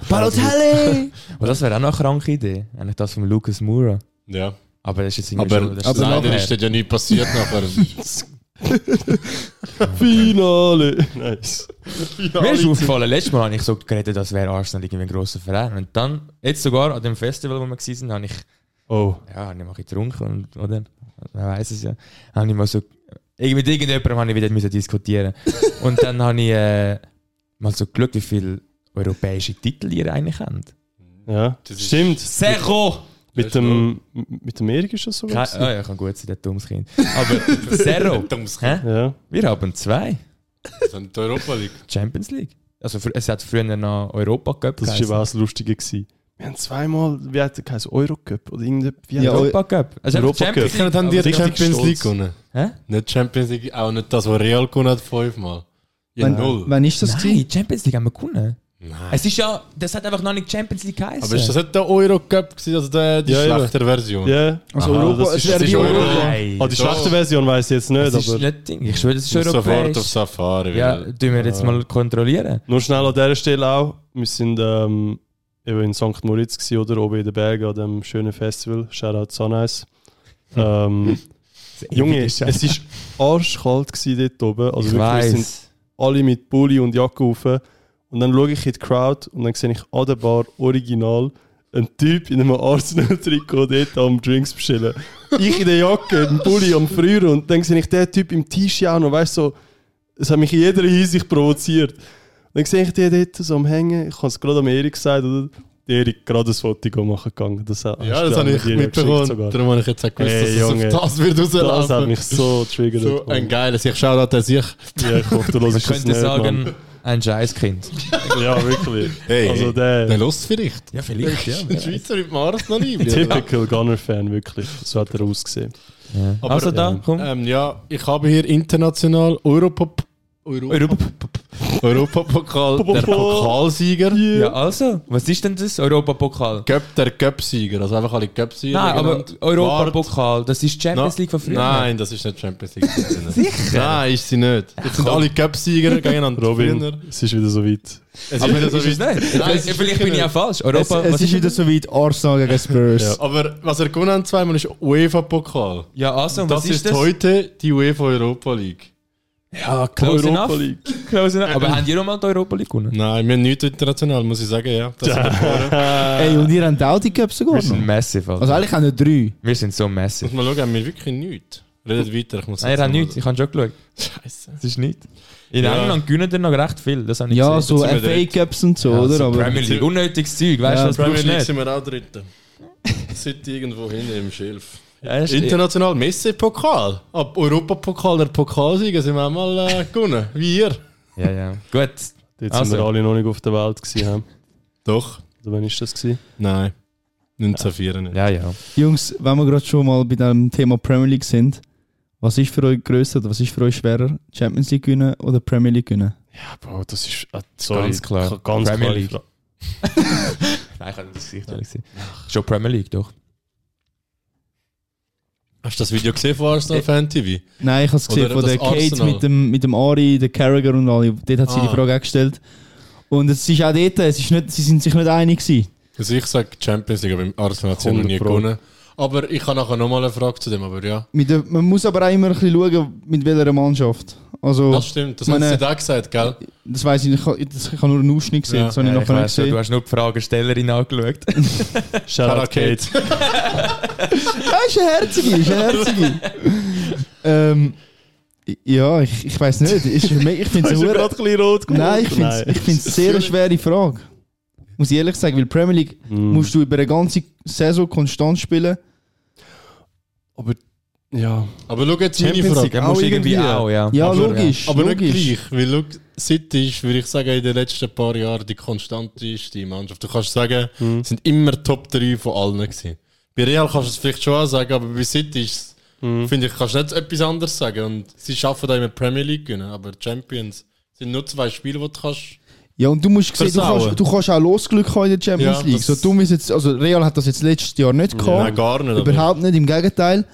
G: Balotelli!
D: Aber das wäre auch noch eine kranke Idee. Eigentlich das von Lucas Moura.
E: [LAUGHS] ja.
D: Aber das ist jetzt irgendwie
E: Aber,
D: schon, das
E: aber
D: ist schon
E: leider
D: lange
E: ist
D: her.
E: das ja nicht passiert nachher.
F: Finale! Nice.
D: Mir ist aufgefallen, letztes Mal habe ich so geredet, das wäre Arsenal irgendwie ein grosser Verein. Und dann, jetzt sogar an dem Festival, wo wir waren, habe ich,
F: Oh.
D: ja, habe ich mal getrunken, und, oder? Man weiß es ja. Habe ich mal so, irgendwie mit irgendjemandem habe ich wieder
E: [LAUGHS]
D: müssen diskutieren Und dann habe ich äh, mal so geschaut, wie viele europäische Titel ihr eigentlich habt.
F: Ja.
E: Das ist-
F: Stimmt.
D: Zero!
F: Mit dem, mit dem Erik ist das so?
D: Kein, ah ja, kann gut sein, der dummes Kind.
E: [LAUGHS]
D: Aber Zero.
E: Dummes Kind.
D: Hä?
F: Ja.
D: Wir haben zwei.
E: Das ist die Europa League.
D: Champions League. Also fr- es hat früher noch Europa Cup
F: Das war was Lustiges. Gewesen. Wir haben zweimal, wie hat der geheißen? Eurocup oder irgendein. Wie
G: Ja,
F: hat
D: Europa Cup. Also
F: Europa
D: Champions
F: Cup.
D: League.
E: haben die
F: aber richtig
E: Champions
F: stolz.
E: League gewonnen.
D: Hä?
E: Nicht Champions League, auch nicht das, was Real gewonnen hat, fünfmal. Ja,
G: Wann,
E: null.
G: wann ist das?
D: Nein, Champions League haben wir gewonnen.
E: Nein.
D: Es ist ja, das hat einfach noch nicht Champions League geheißen.
E: Aber ist das nicht der Eurocup gewesen, also der, eh, die
F: Ja, eben.
E: schlechtere Version?
F: Ja.
G: Also
E: Aha,
G: Europa,
F: das
G: es
F: ist-
G: wäre
E: das ist
G: die
E: Euro-
G: Europa.
D: Nein.
F: Ah, die
E: Ja.
F: schlechte Version weiß ich jetzt nicht,
D: das ist
F: aber.
D: nicht Ding. Ich schwöre, das ist
E: Ich muss sofort auf
D: europäisch.
E: Safari.
D: Ja,
E: weil-
D: tun wir jetzt mal kontrollieren.
F: Nur schnell an dieser Stelle auch. Wir sind ähm, eben in St. Moritz gewesen, oder oben in den Bergen an dem schönen Festival. Shoutout Sunrise.
G: Hm. [LAUGHS]
F: Ähm, Junge, es
D: Ewige Scheiße.
F: war arschkalt gewesen dort oben. Also
D: ich
F: wirklich, wir sind
D: weiß.
F: alle mit Pulli und Jacke rauf. Und dann schaue ich in die Crowd und dann sehe ich an der Bar original einen Typ in einem Arsenal-Trikot dort am Drinks bestellen. Ich in der Jacke, im Pulli am Früher und dann sehe ich den Typ im T-Shirt an und weißt so, es hat mich in jeder Hinsicht provoziert. Und dann sehe ich den dort so am Hängen, ich habe es gerade am Erik gesagt, oder? Der Erik gerade ein Foto machen gegangen. Das hat-
E: Ja,
F: hast
E: das
F: du
E: habe
F: mir
E: ich
F: dir noch geschickt
E: mitbekommen.
F: sogar.
E: Darum habe ich jetzt auch gewusst,
F: Hey,
E: dass es [LAUGHS]
F: Junge.
E: auf das wird rauslaufen.
F: Das hat
E: [LAUGHS]
F: mich so triggert.
E: so ein geiles. Ich schaue da, dass ich.
F: ja, ich hoffe, du hörst
D: Man
F: das
D: könnte
F: nicht,
D: sagen,
F: Mann.
D: ein Scheißkind.
F: Ja, wirklich.
E: Hey,
F: Also
E: hey,
F: der-
E: der Lust vielleicht.
D: Ja, vielleicht, ja.
E: [LAUGHS] Ein Schweizer im Mars
F: [LAUGHS]
E: noch nie.
F: Typical Gunner-Fan, wirklich. So hat er ausgesehen.
E: Aber-
D: also da, komm.
E: Ähm, ja, ich habe hier international Europop, Europa, Europapokal, der Pokalsieger.
D: Ja, also, was ist denn das? Europapokal?
E: Cup, der Cup-Sieger, also einfach alle Cup-Sieger.
D: Nein, aber
E: genannt.
D: Europapokal, das ist die Champions
E: Na-
D: League von früher.
E: Nein, das ist nicht Champions League. Sicher? Nein, ist sie nicht. Jetzt sind alle Cup-Sieger [LAUGHS] gegeneinander.
F: Robin,
E: früher.
F: es ist wieder so weit.
E: Es
D: aber
E: wieder
D: das ist es nicht.
E: Nein,
D: Vielleicht- Vielleicht bin ich ja falsch.
G: Es,
D: Europa,
G: es ist wieder so weit Arsenal gegen Spurs.
E: Aber was er gewonnen hat zweimal ist UEFA-Pokal.
D: Ja, also, und
E: Das
D: was ist,
E: ist
D: das?
E: heute die UEFA Europa League.
D: Ja, close
F: Europa
D: enough.
F: League.
D: Close enough. Aber haben die auch mal die Europa League gewonnen?
E: Nein, wir haben nichts international, muss ich sagen, ja. [LAUGHS] Das ja.
G: Äh, Ey, und ihr habt die Audi Cup sogar
D: Wir sind
G: noch.
D: massive,
G: Also
D: Alter.
G: eigentlich haben wir drei.
D: Wir sind so
E: Muss
D: massive.
E: mal schauen, haben wir wirklich nichts. Redet weiter, ich muss
D: Nein,
E: jetzt
D: ihr habt
E: mal-
D: nichts. Ich habe schon geschaut.
E: Scheiße.
D: Es ist nichts. In
E: Ja.
D: England gewinnen die noch recht viel. Das habe ich
G: Ja,
D: gesehen.
G: so
E: sind wir
G: FA Cups und so,
D: Ja,
G: oder?
D: so
G: Aber
D: Premier League. Unnötiges Zeug, weißt
G: Ja,
D: du, das
E: Premier
D: brauchst du
E: League
D: nicht.
E: sind wir auch Dritter. [LAUGHS] Sind irgendwo hinten im Schilf.
D: Ja, ist-
E: International Messi-Pokal. Ab Europapokal der Pokalsieger sind wir auch mal äh, gewonnen. Wie ihr.
D: Ja, ja. Gut.
F: Jetzt
D: Also.
F: sind wir alle noch nicht auf der Welt gewesen. hä?
E: Doch.
F: Oder wann ist das gewesen?
E: Nein. 1994.
D: Ja, ja.
G: Jungs, wenn wir gerade schon mal bei dem Thema Premier League sind, was ist für euch grösser oder was ist für euch schwerer? Champions League gewinnen oder Premier League gewinnen?
F: Ja, Bro, das ist. ah,
D: Ganz klar.
F: ka- Ganz
D: Premier
F: klar.
D: League.
F: [LAUGHS]
D: Nein, ich habe das Gesicht ehrlich gesehen. Schon Premier League, doch.
E: Hast du das Video gesehen von Arsenal Fan TV?
G: Nein, ich habe es gesehen
E: Oder
G: von
E: das
G: der Kate
E: Arsenal.
G: mit dem, mit dem Ari, der Carragher und alle. Dort hat sie die
E: Ah.
G: Frage auch gestellt. Und es ist auch dort, es ist nicht, sie sind sich nicht einig gewesen.
E: Also ich sage Champions League, aber im Arsenal hat sie noch nie
F: 100 Pro.
E: gewonnen. Aber ich habe nachher nochmal eine Frage zu dem, aber ja.
G: Mit der, man muss aber auch immer ein bisschen schauen, mit welcher Mannschaft. Also,
E: Das
G: das,
E: stimmt, das
G: Meine-
E: haben sie da gesagt, gell?
G: weiß ich nicht, ich, hab- das, ich habe nur einen Ausschnitt gesehen,
E: Ja,
G: das habe ich nachher nicht
D: weiss schon,
G: gesehen.
D: du hast nur die nou Fragestellerin angeschaut.
F: Shoutout [LAUGHS] Kate.
G: Ja, Ah, ist eine herzige, ist eine
E: [LAUGHS]
G: herzige. ähm, ja, ich, ich weiß nicht. Ist, für mich- ich finde es
F: Hast du gerade ein bisschen rot gemacht?
G: Nein, ich finde es ich find's sehr eine schwere Frage. Muss ich ehrlich sagen, weil Premier League
F: Mm.
G: musst du über eine ganze Saison konstant spielen.
F: Aber. Ja.
E: Aber schau jetzt meine
D: Champions League,
E: Frage.
D: ja, musst
F: auch
D: du irgendwie
F: irgendwie.
D: auch, ja.
G: Ja,
D: Aber,
G: logisch.
E: Aber
G: logisch.
E: nicht gleich, weil schau, City ist, würde ich sagen, in den letzten paar Jahren die konstanteste Mannschaft. Du kannst sagen,
G: Mhm.
E: es sind immer Top 3 von allen gewesen. Bei Real kannst du es vielleicht schon auch sagen, aber bei City ist es-
G: Mhm.
E: finde ich, kannst du nicht etwas anderes sagen. Und sie schaffen da immer Premier League gewinnen, aber Champions sind nur zwei Spiele, die du kannst.
G: Ja, und du musst sehen, du
E: Versauen.
G: kannst, du kannst auch Losglück haben in der Champions
E: Ja,
G: League.
E: das-
G: So dumm ist jetzt, also Real hat das jetzt letztes Jahr nicht
E: Nein,
G: gehabt.
E: gar nicht. aber-
G: Überhaupt nicht, im Gegenteil.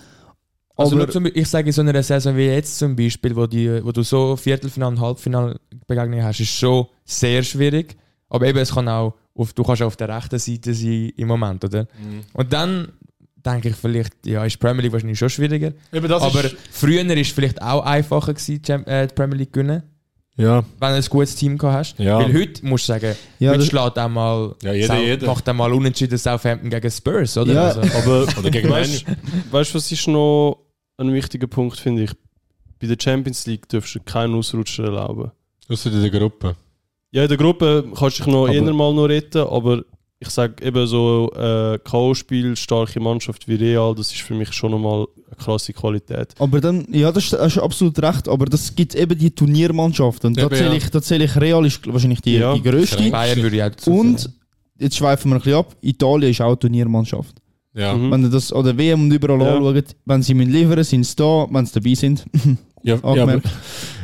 G: Aber
D: Also nur zum, ich sage, in so einer Saison wie jetzt zum Beispiel, wo, die, wo du so Viertelfinale und Halbfinale begegnet hast, ist schon sehr schwierig. Aber eben, es kann auch, auf, du kannst auch auf der rechten Seite sein im Moment, oder?
G: Mhm.
D: Und dann denke ich vielleicht, ja, ist die Premier League wahrscheinlich schon schwieriger.
E: Eben
G: Also
E: das
D: aber
E: ist,
D: früher war es vielleicht auch einfacher, gewesen, die Cham- äh, die Premier League zu gewinnen,
E: ja.
D: wenn du ein gutes Team gehabt hast.
E: Ja.
D: Weil heute, musst du sagen,
G: Ja,
D: heute
G: das-
D: schlägt auch mal,
E: Ja, jeder,
D: Sau-
E: jeder.
D: macht auch mal unentschieden Southampton gegen Spurs, oder?
G: Ja.
D: Also,
F: [LAUGHS] Aber.
E: Oder gegen
F: weißt du, was ist noch ein wichtiger Punkt, finde ich? Bei der Champions League darfst du keinen Ausrutscher erlauben.
E: Außer in der Gruppe.
F: Ja, in der Gruppe kannst du dich noch
G: Aber-
F: eher mal noch retten, aber ich sage eben so, äh, K.O.-Spiel, starke Mannschaft wie Real, das ist für mich schon nochmal eine krasse Qualität.
G: Aber dann, ja, das ist- hast du absolut recht, aber das gibt eben die Turniermannschaften. Und da
E: Eben,
G: zähle
E: ja.
G: ich, da zähle ich Real ist wahrscheinlich die,
F: Ja.
G: die größte.
D: Bayern würde ich auch dazu
G: Und
D: zählen.
G: jetzt schweifen wir ein bisschen ab. Italien ist auch eine Turniermannschaft.
E: Ja.
F: Mhm.
G: Wenn ihr das an der WM und überall
F: Ja.
G: anschaut, wenn sie müssen liefern, sind sie da, wenn sie dabei sind.
E: [LAUGHS] Ja, ja, aber,
G: Angemerkt.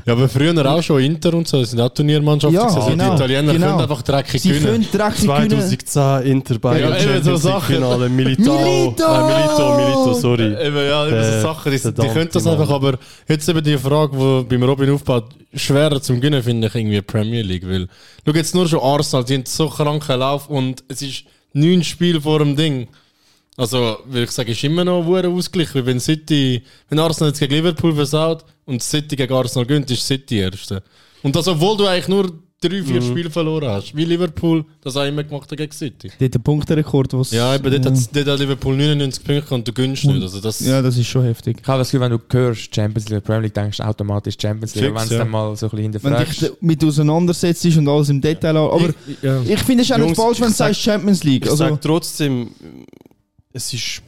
E: ja, aber früher auch schon Inter und so, das sind auch Turniermannschaften.
G: Ja,
E: gewesen. also
G: genau,
E: die Italiener
G: genau.
E: können einfach dreckig
G: sie
E: gewinnen.
G: können direkt gewinnen.
F: 2010 Inter Bayern
E: Ja, eben
F: Champions
E: so
F: League
E: Sachen.
F: Finale Militao.
G: Militao!
F: Nein, Militao, Militao, sorry.
E: Äh, Eben, ja, eben
F: Der-
E: so Sachen, die,
F: der
E: die können das
F: Dampf,
E: einfach, aber jetzt eben die Frage, die beim Robin aufbaut, schwerer zum Gewinnen finde ich irgendwie Premier League, weil, schau jetzt nur schon Arsenal, die haben so kranken Lauf und es ist neun Spiele vor dem Ding. Also, würde ich sagen, ist immer noch ein Ausgleich, weil wenn City, wenn Arsenal jetzt gegen Liverpool versaut und City gegen Arsenal gönnt, ist City Erste. Und das, obwohl du eigentlich nur drei, vier
F: Mhm.
E: Spiele verloren hast, wie Liverpool das auch immer gemacht hat gegen City.
G: Dort der Punkterekord, was
E: Ja, eben, dort, hat's- dort hat Liverpool 99 Punkte und du gönnst nicht, also das...
G: ja, das ist schon heftig.
D: Ich habe das Gefühl, wenn du hörst Champions League, Premier League, denkst du automatisch Champions League,
E: Fix,
D: wenn es
E: ja.
D: dann mal so ein bisschen
G: Wenn dich
D: hinterfragst.
G: da- mit auseinandersetzt und alles im Detail an- Aber
E: Ich- ja.
G: ich, finde es ist auch nicht
F: Jungs,
G: falsch, wenn
F: ich
G: du sagst Champions League.
F: Ich sag
G: Also,
F: sage trotzdem, es ist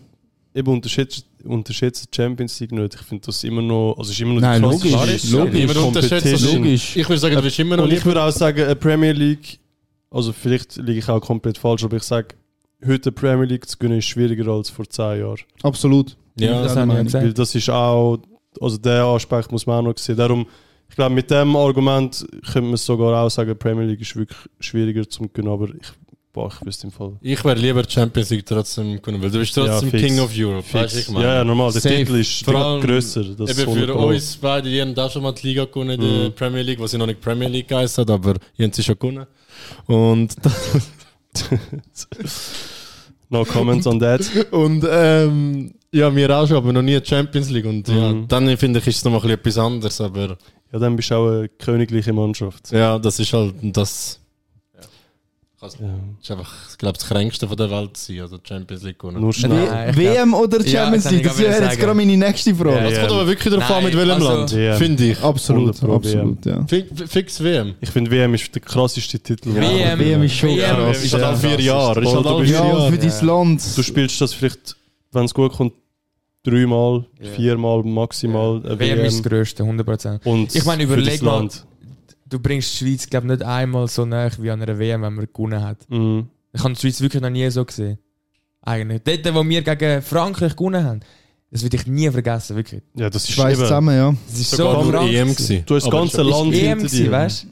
F: eben unterschätzt, unterschätzt die Champions League nicht. Ich finde das immer noch, also es ist immer noch
G: Nein,
F: krasseste
G: logisch,
F: Scheiße.
G: logisch.
F: Immer noch
E: Unterschätzt
F: Competition.
G: logisch.
E: Ich würde sagen, du bist immer noch
F: Und ich
E: nicht.
F: würde auch sagen, eine Premier League, also vielleicht liege ich auch komplett falsch, aber ich sage, heute eine Premier League zu gewinnen ist schwieriger als vor 10 Jahren.
G: absolut.
E: Ja,
D: das habe ich
G: Ja,
D: ja
G: Mann.
F: Weil
D: gesagt.
F: das ist auch, also der Aspekt muss man auch noch sehen. Darum, ich glaube, mit dem Argument könnte man sogar auch sagen, Premier League ist wirklich schwieriger zum gewinnen, aber ich, boah, ich wüsste im Fall.
E: Ich wäre lieber die Champions League trotzdem können, weil du bist trotzdem
F: Ja, fix.
E: King of Europe. Weißt du, ich meine.
F: Ja, ja, normal. Der
E: Safe.
F: Titel ist
E: Vor allem
F: grösser. Das Mhm.
E: Eben für
F: 100 Pro.
E: uns beide, die haben auch schon mal die Liga gewonnen, die Premier League, was sie noch nicht Premier League geheißen hat, aber die haben sie schon gewonnen. Und, [LAUGHS]
F: No comments on
E: [LAUGHS]
F: that.
E: und ähm, ja, wir auch schon, aber noch nie die Champions League. Und ja,
F: Mhm.
E: dann finde ich, ist es nochmal ein bisschen etwas anderes, aber
F: Ja, dann bist du auch eine königliche Mannschaft.
E: ja, das ist halt, das
F: Ja.
E: ist einfach, ich glaube, das Kränkste von der Welt sein, also die Champions League gewonnen.
F: Nur
G: W-
F: schnell.
D: Nein, ich
G: WM oder
D: Ja,
G: Champions
D: das
G: League?
D: hab ich
G: Das wäre
D: gerade
G: jetzt
D: sagen.
G: gerade meine nächste Frage.
E: Das
F: Ja,
E: kommt aber wirklich darauf an,
D: Nein,
E: mit welchem
D: also-
E: Land,
F: Ja.
E: finde ich.
G: Absolut,
F: 100 Pro
G: absolut, ja.
E: Fi- Fix WM.
F: Ich finde, WM ist der krasseste Titel.
E: Ja.
F: Ja.
G: WM ist schon
D: WM
G: krass.
E: Ist halt
D: ja.
E: alle vier Jahre. Ist halt
F: Bro, du
E: alle
F: bist-
E: vier
G: Ja,
E: Jahre.
G: für dein
D: Ja.
G: Land.
F: Du spielst das vielleicht, wenn es gut kommt, dreimal,
D: Ja.
F: viermal maximal. eine
D: WM ist das Größte, 100%.
F: Und
D: Ich meine,
F: für
D: überleg
F: das
D: mal.
F: Land.
D: Du bringst die Schweiz, glaube nicht einmal so näher wie an einer WM, wenn man gewonnen hat.
F: Mhm.
D: Ich habe die Schweiz wirklich noch nie so gesehen. Eigentlich. Dort, wo wir gegen Frankreich gewonnen haben, das werde ich nie vergessen, wirklich.
F: Ja, das ist
G: Schweiz
F: eben-
G: zusammen, ja.
D: Das ist
E: Sogar
D: so
E: nur
D: krank
E: EM
D: gewesen.
E: gewesen.
F: Du hast das
E: Aber
F: ganze
E: schon-
D: Ist
F: Land
D: EM
F: hinter
D: gewesen,
F: dir.
D: weißt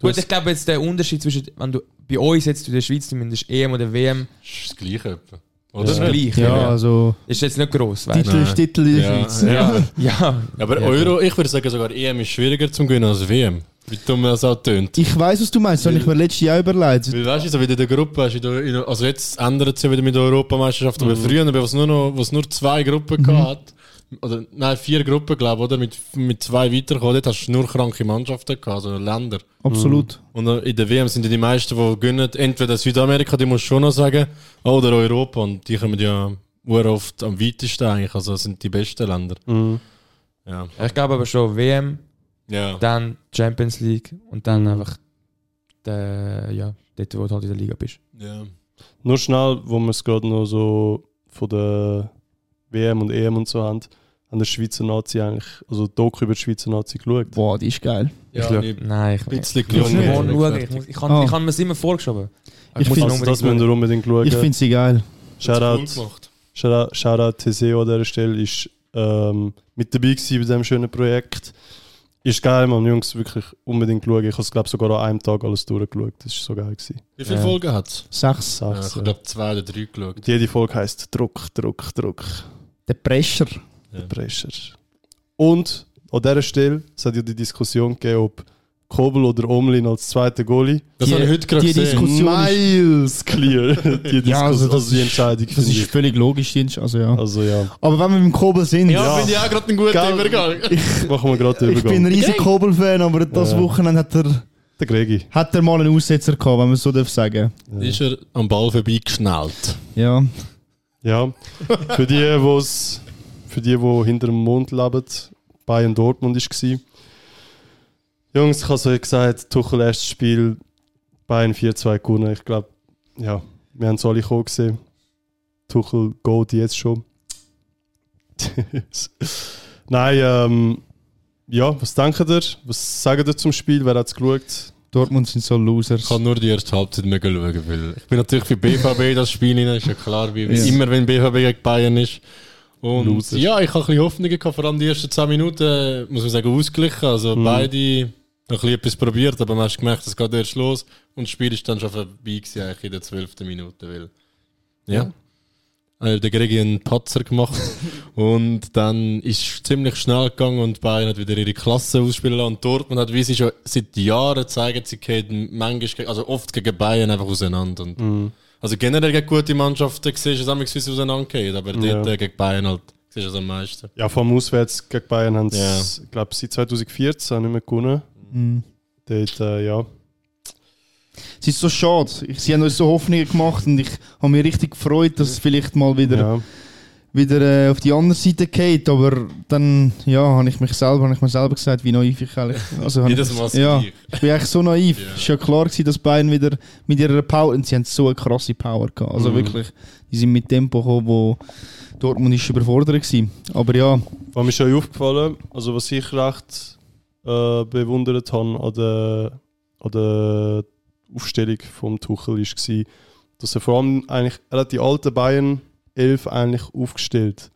D: du? Gut, ich glaube jetzt der Unterschied zwischen, wenn du bei uns jetzt in der Schweiz zumindest EM oder WM,
E: Ist das gleiche etwa.
D: das ist
E: nicht?
D: gleich.
G: Ja,
D: Ja.
G: also
D: Ist jetzt nicht gross, weißt
G: Titel ist
E: Nein.
G: Titel in der
E: Ja.
G: Schweiz.
D: Ja, ja.
E: Ja, Aber
D: Ja,
E: Euro, ich würde sagen, sogar EM ist schwieriger zum Gewinnen als WM. Wie dumm das auch tönt.
G: Ich weiß, was du meinst, das habe ich mir letztes Jahr überlegt.
E: Weil weißt du, so wie in der Gruppe, hast du in der- in der- also jetzt ändert es ja wieder mit der Europameisterschaft, aber früher, wo es nur, noch, wo es nur zwei Gruppen gehabt oder nein, vier Gruppen, glaube ich, oder? Mit, mit zwei weitergekommen, dort hast du nur kranke Mannschaften gehabt, also Länder.
G: Absolut.
E: Und in der WM sind ja die meisten, die gewinnen, entweder Südamerika, die musst du schon noch sagen, oder Europa. Und die kommen ja oft am weitesten eigentlich, also das sind die besten Länder.
F: Mhm.
E: Ja.
D: Ich glaube aber schon WM,
E: ja.
D: dann Champions League und
G: Mhm.
D: dann einfach der, ja, dort, wo du halt in der Liga bist.
E: ja.
F: Nur schnell, wo wir es gerade noch so von der WM und EM und so haben, an der Schweizer Nazi eigentlich, also Doku über die Schweizer Nazi geschaut.
G: Boah, die ist geil.
D: ich
E: ja
D: schau-
E: ich-
D: nein, ich,
E: ein bisschen
D: ich muss
G: nicht.
E: gelungen.
D: morgen schauen. Ich, muss, ich, kann,
G: Ah.
D: ich kann mir es immer vorgeschoben.
G: Ich
D: muss
G: find-
D: ihn
F: Also das müsst
D: unbedingt
F: ihr unbedingt schauen.
G: Ich finde sie geil.
E: Cool
F: Shoutout,
E: gemacht.
F: Shoutout, Shoutout Teseo an dieser Stelle ist ähm, mit dabei gewesen bei diesem schönen Projekt. Ist geil, man, Jungs, wirklich unbedingt schauen. Ich habe es, glaube sogar an einem Tag alles durchgeschaut. Das ist so geil. Gewesen.
E: Wie viele
D: Ja.
E: Folgen hat es?
G: Sechs.
E: Ja, ich
F: Sachs, ja.
E: glaube zwei oder drei geschaut.
F: Und jede Folge heisst Druck, Druck, Druck,
G: Der Pressure.
F: Pressure. Und an dieser Stelle, es hat ja die Diskussion gegeben, ob Kobel oder Omlin als zweiter Goalie.
E: Das
G: Die-
E: habe ich heute gerade
G: die
E: gesehen.
G: Diskussion
F: Miles clear. [LAUGHS] Die,
G: Ja, also
F: Diskussion-
G: das
F: also die Entscheidung.
G: Das
F: finde
G: ist
F: ich.
G: völlig logisch, die Entsch- also ja.
F: Also ja,
G: Aber wenn wir mit dem Kobel sind,
E: Ja, finde ich auch gerade einen guten
F: Gell?
E: [LAUGHS] Übergang.
F: machen wir gerade den
G: ich bin ein
F: Übergang.
G: riesiger Kobel-Fan, aber das
F: Ja.
G: Wochenende hat er,
F: Der Gregi.
G: hat er mal einen Aussetzer gehabt, wenn man es so darf sagen.
E: Ist er am Ball vorbeigeschnallt?
G: Ja.
F: Ja, für die, wo's, für die, wo hinter dem Mond leben, Bayern Dortmund ist gsi. Jungs, ich habe es euch gesagt, Tuchel erstes Spiel Bayern 4-2 gewonnen. Ich glaube, ja, wir haben es alle kommen gesehen. Tuchel geht jetzt schon. [LAUGHS] Nein, ähm, ja, was denkt ihr? Was sagt ihr zum Spiel? Wer hat es geschaut?
G: Dortmund sind so Losers.
E: Ich kann nur die erste Halbzeit mehr schauen, weil ich bin natürlich für BVB das Spiel rein, ist ja klar, wie
G: Ja.
E: immer wenn BVB gegen Bayern ist. Und
F: Loser.
E: ja, ich habe ein bisschen Hoffnung gehabt, vor allem die ersten 10 Minuten, äh, muss man sagen, ausgeglichen. Also
G: Mhm.
E: beide haben ein bisschen etwas probiert, aber man hat gemerkt, es geht erst los und das Spiel ist dann schon vorbei gewesen, eigentlich in der 12. Minute, weil, ja. Äh, Der Gregi einen Patzer gemacht und dann ist es ziemlich schnell gegangen und Bayern hat wieder ihre Klasse ausspielen lassen. Und Dortmund hat, wie sie schon seit Jahren zeigen, sie gehen manchmal, gegen- also oft gegen Bayern einfach auseinander. Und also generell gegen gute Mannschaften siehst du es manchmal, wie sie auseinandergehen, aber dort
F: Ja.
E: äh, gegen Bayern halt siehst du es am meisten.
F: Ja, vor allem auswärts gegen Bayern haben sie,
E: Ja.
F: ich glaube, seit 2014 nicht mehr gewonnen.
G: Mhm.
F: Dort, äh, ja.
G: Es ist so schade. Ich, sie haben uns so Hoffnungen gemacht und ich habe mich richtig gefreut, dass es vielleicht mal wieder,
F: ja.
G: wieder äh, auf die andere Seite geht. Aber dann ja, habe ich mich selber, habe ich mir selber gesagt, wie naiv ich eigentlich also, habe
E: Jedes
G: ich-
E: Mal das
G: ja,
E: Gleiche.
G: Ich bin eigentlich so naiv.
E: Ja.
G: Es war ja klar, gewesen, dass Bayern wieder mit ihrer Power, und sie haben so eine krasse Power gehabt. Also wirklich, die sind mit Tempo gekommen, wo Dortmund ist überfordert gewesen. Aber ja,
F: Was mir schon aufgefallen, also was ich recht äh, bewundert habe an der, an der Aufstellung vom Tuchel ist war, dass er vor allem eigentlich, er hat die alte Bayern 11 eigentlich aufgestellt.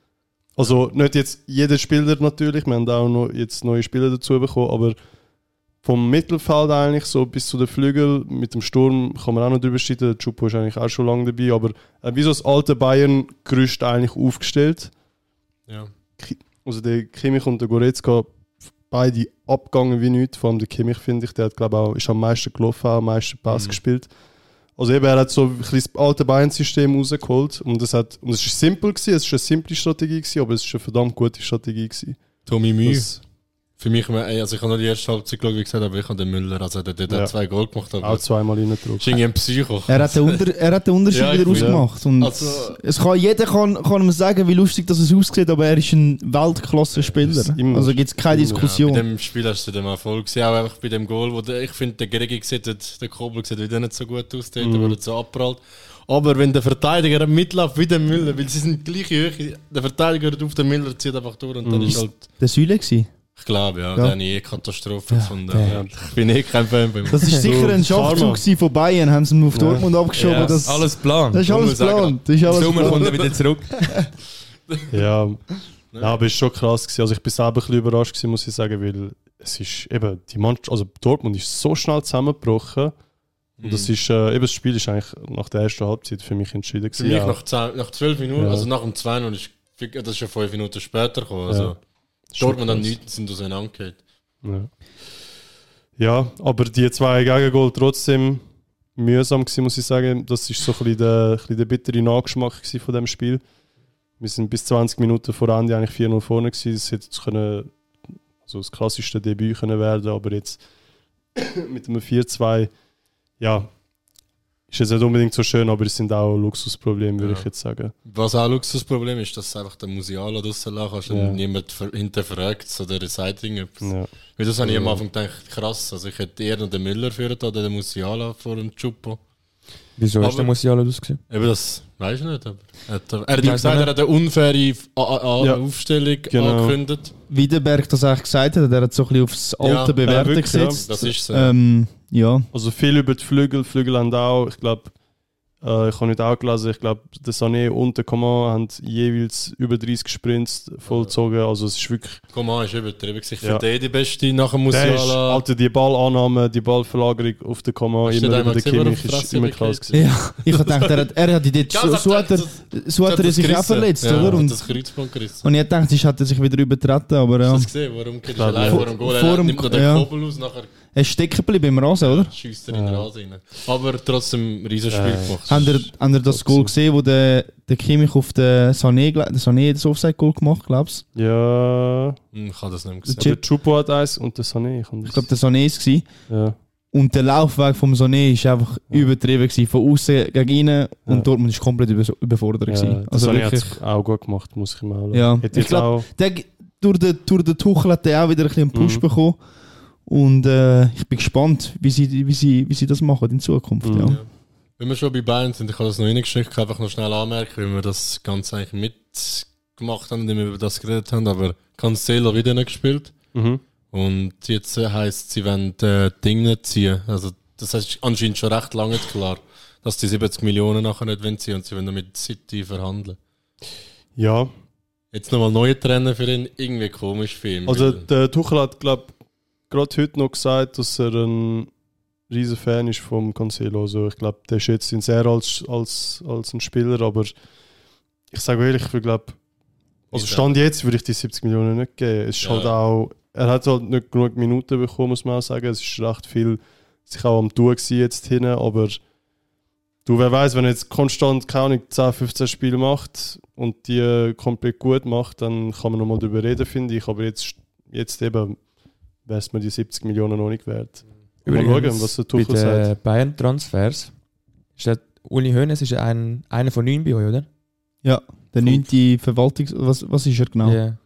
F: Also nicht jetzt jeder Spieler natürlich, wir haben auch noch jetzt neue Spieler dazu bekommen, aber vom Mittelfeld eigentlich so bis zu den Flügel mit dem Sturm kann man auch noch drüber streiten, der Chupo ist eigentlich auch schon lange dabei, aber äh, wie so das alte Bayern gerüst eigentlich aufgestellt.
E: Ja.
F: Also der Kimmich und der Goretzka beide abgegangen wie nichts. Vor allem der Kimmich, finde ich, der hat, glaube auch, ist am meisten gelaufen, auch am meisten Pass
E: Mhm.
F: gespielt. Also eben, er hat so ein bisschen das alte Bayern-System rausgeholt und das hat, und es ist simpel gewesen, es ist eine simple Strategie gewesen, aber es ist eine verdammt gute Strategie gewesen.
E: Tommy Mühe.
F: Das,
E: Für mich, also ich habe nur die erste Halbzeit geschaut, wie gesagt, aber ich habe den Müller, also der, der, der
F: Ja. Also
E: hat zwei Goal gemacht, aber
F: auch
E: das
F: zweimal reingedrückt.
E: ist irgendwie ein Psycho.
G: er hat den, Unter er hat den Unterschied
E: Ja, ich
G: wieder
E: finde-
G: ausgemacht. Und
E: Also-
G: es kann, jeder kann, kann ihm sagen, wie lustig das es aussieht, aber er ist ein Weltklasse-Spieler.
F: Das ist immer-
G: Also gibt es
F: immer.
G: keine
E: Ja,
G: Diskussion.
E: bei dem Spiel hast du dem Erfolg gesehen, auch einfach bei dem Goal, wo der, ich finde, der Gregi sieht, dort- der Kobel sieht wieder nicht so gut aus, dort, wo er so abprallt. Aber wenn der Verteidiger am Mitlauf wie der Müller, weil sie sind die gleiche Höhe, der Verteidiger hört auf, der Müller zieht einfach durch und dann ist halt,
G: der Süle gsi.
E: Ich glaube, ja.
G: Ja.
E: Da habe ich eh Katastrophe gefunden.
D: der.
E: Ja. Ich bin eh kein Fan bei ihm. [LAUGHS]
G: Das ist sicher
F: Karma.
G: ein Schachzug gewesen von Bayern, haben sie ihn auf Dortmund abgeschoben.
E: Ja,
G: Das,
D: Alles Plan.
G: das ist
E: muss
G: alles
E: man sagen.
G: geplant. Das ist
D: Im
G: alles
D: Sommer
G: geplant.
D: kommt er wieder zurück.
F: Ja,
E: [LAUGHS]
F: Nein, aber es ist schon krass. Gewesen. Also ich bin selber ein bisschen überrascht, gewesen, muss ich sagen, weil es ist eben, die Mannschaft, also Dortmund ist so schnell zusammengebrochen. Und
E: Mhm.
F: das ist, äh, eben das Spiel ist eigentlich nach der ersten Halbzeit für mich entschieden
E: Für
F: gewesen.
E: mich
F: Ja.
E: nach, 10, nach 12 Minuten,
F: Ja.
E: also nach dem 2 ist fick- das ist ja 5 Minuten später gekommen. Also
F: Ja. Schon
E: Dortmund und
F: krass.
E: Newton sind auseinandergegangen.
F: Ja. ja, aber die zwei Gegengol trotzdem mühsam gewesen, muss ich sagen. Das ist so ein bisschen der, ein bisschen der bittere Nachgeschmack gewesen von dem Spiel. Wir sind bis 20 Minuten vor Ende eigentlich 4-0 vorne gewesen. Das hätte jetzt können, also das klassischste Debüt können werden, aber jetzt [COUGHS] mit einem 4-2, ja, ist jetzt nicht unbedingt so schön, aber es sind auch Luxusprobleme, würde
E: Ja.
F: ich jetzt sagen.
E: Was auch ein Luxusproblem ist, dass einfach der Musiala draussen lassen kannst und
F: Ja.
E: niemand ver- hinterfragt oder sagt irgendetwas.
F: Ja.
E: Weil das habe ich am Anfang gedacht, krass, also ich hätte eher noch den Müller führen oder den Musiala vor dem Chupo.
D: Wieso
E: Aber-
D: ist der Musiala ausgesehen?
E: Eben das weiß ich nicht, aber hat er, er hat
D: Ich
E: ja
D: weiss
E: gesagt,
D: nicht.
E: er hat eine unfaire A A A
F: Ja.
E: Aufstellung
F: Genau.
E: angekündigt.
G: Wie der Berg das eigentlich gesagt hat, der hat so ein bisschen aufs
E: Ja,
G: alte Bewerten
F: wirklich, ja.
G: gesetzt.
E: Das ist so.
G: Ähm, ja.
F: Also viel über die Flügel, Flügel haben auch, ich glaube, äh, ich habe nicht auch gelesen, ich glaube, der Sané und der Coman haben jeweils über 30 Sprints vollzogen, also es ist wirklich,
E: Coman ist übertrieben. gewesen. Ich
F: Ja.
E: finde eh die beste nach dem
F: der ist,
E: Musiala.
F: Alter, die Ballannahme, die Ballverlagerung auf den Coman,
E: Hast du
F: immer
E: den
F: über
E: einmal
F: den
E: gesehen, wo er auf
F: Kimmich,
E: die
F: ist
E: Fresse
F: immer
E: gekriegt
F: krass gewesen.
G: ja. Ich habe gedacht, er hat, er hat die dort so,
E: Ganz
G: so, hat er,
E: abgedacht,
G: so hat er sich auch verletzt,
E: ja,
G: oder?
E: Und
G: Und,
E: das Kreuzband gerissen.
G: und ich dachte, sonst hat er sich wieder übertreten, aber ja.
E: Hast du das gesehen? Warum geht er
F: Klar,
E: allein
F: ja.
E: vor dem Goal?
G: Vor
E: Er
G: dem
E: nimmt noch
G: Go-
E: den
G: ja.
E: Kobel aus, nachher
G: Er ist stecken geblieben im Rasen, oder?
E: schiesst er in den Rasen rein. Aber trotzdem ein riesen Spiel gemacht.
G: Habt ihr, habt ihr das Goal gesehen, wo der, der Kimmich auf den Sané, gle- der Sané hat das Offside-Goal gemacht, glaubst
F: Ja,
E: Hm, Ich habe das nicht mehr
G: du?
E: gesehen.
F: der Chupo hat eins und der Sané, ich,
G: Ich glaube, der Sané ist es.
F: ja.
G: Und der Laufweg vom Sané ist einfach übertrieben gewesen, von außen gegen innen und
F: Ja.
G: Dortmund ist komplett über, überfordert
F: Ja,
G: gewesen.
F: der
G: Also
F: Sané hat
G: wirklich.
F: es auch gut gemacht, muss ich mal sagen.
G: Ja.
F: Hat
G: Ich
F: jetzt
G: glaub-
F: auch,
G: Der, g- durch, den, durch den Tuchel hat er auch wieder ein bisschen einen Push
F: Mhm.
G: bekommen und äh, ich bin gespannt, wie sie, wie, sie, wie sie das machen in Zukunft.
F: Mhm.
G: Ja.
E: Ja. Wenn wir schon bei Bayern sind, ich habe das noch reingeschickt, ich kann einfach noch schnell anmerken, weil wir das Ganze eigentlich mitgemacht haben, indem wir über das geredet haben, aber Cancelo hat wieder nicht gespielt
F: mhm.
E: und jetzt heißt sie wollen äh, Ding nicht ziehen. Also das heißt anscheinend schon recht lange nicht klar, dass die 70 Millionen nachher nicht wollen ziehen und sie wollen dann mit City verhandeln.
F: ja.
E: Jetzt nochmal neue Trainer für ihn, irgendwie komisch für ihn.
F: Also
E: weil-
F: der Tuchel hat, glaube gerade heute noch gesagt, dass er ein riesen Fan ist vom Cancelo. Also ich glaube, der schätzt ihn sehr als, als, als ein Spieler, aber ich sage ehrlich, ich glaube, also
E: Ist
F: Stand jetzt würde ich die 70 Millionen nicht geben. Es ist
E: Ja.
F: halt auch, er hat halt nicht genug Minuten bekommen, muss man auch sagen. Es ist recht viel sich auch am Tun gewesen jetzt hin, aber du, wer weiß, wenn er jetzt konstant, keine Ahnung, 10, 15 Spiele macht und die äh, komplett gut macht, dann kann man nochmal darüber reden, finde ich. Aber jetzt, jetzt eben wäre es mir die 70 Millionen noch nicht wert. mal schauen, was der Tuchel
D: bei den Bayern-Transfers ist der Uli Hoeneß ist ein, einer von neun bei euch, oder?
G: Der neunte Verwaltungs... Was, was ist er genau?
D: Ja.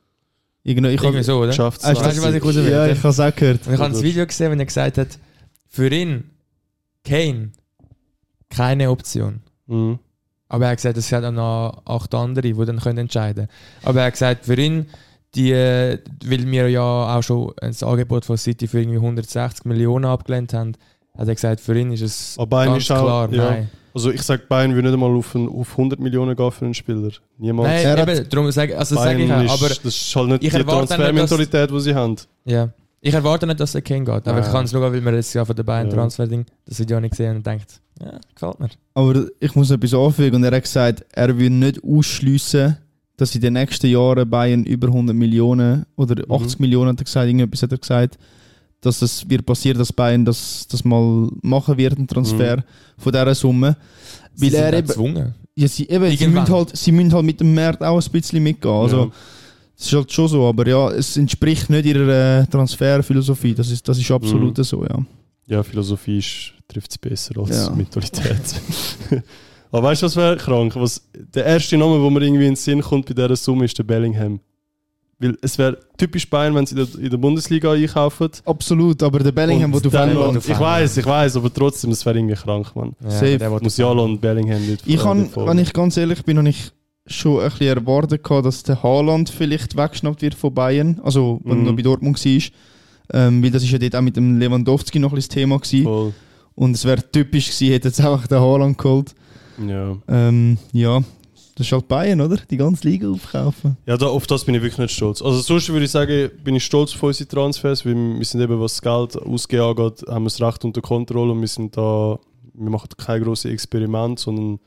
G: Irgendwie, ich
D: Irgendwie
G: hab,
D: so, oder?
G: Ah, ist das-
D: Weißt du, was ich raus will?
G: ja, ich habe es auch gehört.
D: Und ich habe das Video gesehen, wenn er gesagt hat, für ihn, Kane, keine Option.
F: Mhm.
D: Aber er hat gesagt, es hat auch noch acht andere, die dann können entscheiden können. Aber er hat gesagt, für ihn, die, äh, weil wir ja auch schon ein Angebot von City für irgendwie 160 Millionen abgelehnt haben, hat er gesagt, für ihn ist es
F: Aber Bayern
D: ganz
F: ist auch-
D: klar,
F: ja.
D: nein.
F: Also ich sage, Bayern würde nicht mal auf, ein, auf 100 Millionen gehen für einen Spieler. Niemals.
D: Nein,
G: Er hat-
D: eben, darum sage also sage ich
F: Bayern
D: auch,
F: ist,
D: aber
F: das ist halt nicht die
D: ich erwarte nicht, dass-
F: Transfermentalität, die sie haben.
D: ja. Ich erwarte nicht, dass der Kane geht, aber
F: Nein.
D: ich kann es nur, weil wir jetzt ja von der Bayern
F: Äh. Ja.
D: Transfer Ding das Video nicht gesehen haben und denkt, ja, gefällt mir.
G: Aber ich muss etwas anfügen und er hat gesagt, er will nicht ausschliessen, dass in den nächsten Jahren Bayern über 100 Millionen oder
F: Mhm.
G: 80 Millionen hat er gesagt, irgendetwas hat er gesagt, dass es wird passieren, dass Bayern das, das mal machen wird, einen Transfer
F: Mhm.
G: von dieser Summe. Weil
D: Sie sind
G: er
D: auch
G: eben,
D: gezwungen.
G: ja, sie, eben sie,
D: Irgendwann.
G: müssen halt, sie müssen halt mit dem Markt auch ein bisschen mitgehen. Also,
F: Ja.
G: Das ist halt schon so, aber ja, es entspricht nicht ihrer äh, Transferphilosophie. Das ist, das ist absolut
F: Mhm.
G: so, ja.
F: Ja, Philosophie ist- trifft es besser als
G: Ja.
F: Mentalität. [LAUGHS] Aber weißt du, was wäre krank? Was, der erste Name, wo mir irgendwie in den Sinn kommt bei dieser Summe, ist der Bellingham. Weil es wäre typisch Bayern, wenn sie in der, in der Bundesliga einkaufen.
G: Absolut, aber der Bellingham, wo
F: Und
G: du
F: dann
D: England-
F: noch-
D: auf
G: verlangst.
F: Ich
D: England.
F: weiß, ich weiß, aber trotzdem, es wäre irgendwie krank, Mann.
D: Ja,
G: Safe.
D: der will-
F: Musiala und Bellingham nicht
G: Ich
F: äh,
G: kann,
F: nicht vor-
G: wenn ich ganz ehrlich bin, habe ich schon ein bisschen erwartet, gehabt, dass der Haaland vielleicht weggeschnappt wird von Bayern, also wenn
F: Mhm.
G: er noch bei Dortmund war. Ähm, weil das ist ja dort auch mit dem Lewandowski noch ein bisschen das Thema gewesen.
F: Voll.
G: Und es wäre typisch gewesen, hätte jetzt einfach den Haaland geholt.
F: Ja.
G: Ähm, ja, das ist halt Bayern, oder? Die ganze Liga aufkaufen.
F: Ja, da, auf das bin ich wirklich nicht stolz. Also sonst würde ich sagen, bin ich stolz auf unsere Transfers, weil wir sind eben, was das Geld ausgeben angeht, haben wir es recht unter Kontrolle und wir sind da, wir machen keine grossen Experimente, sondern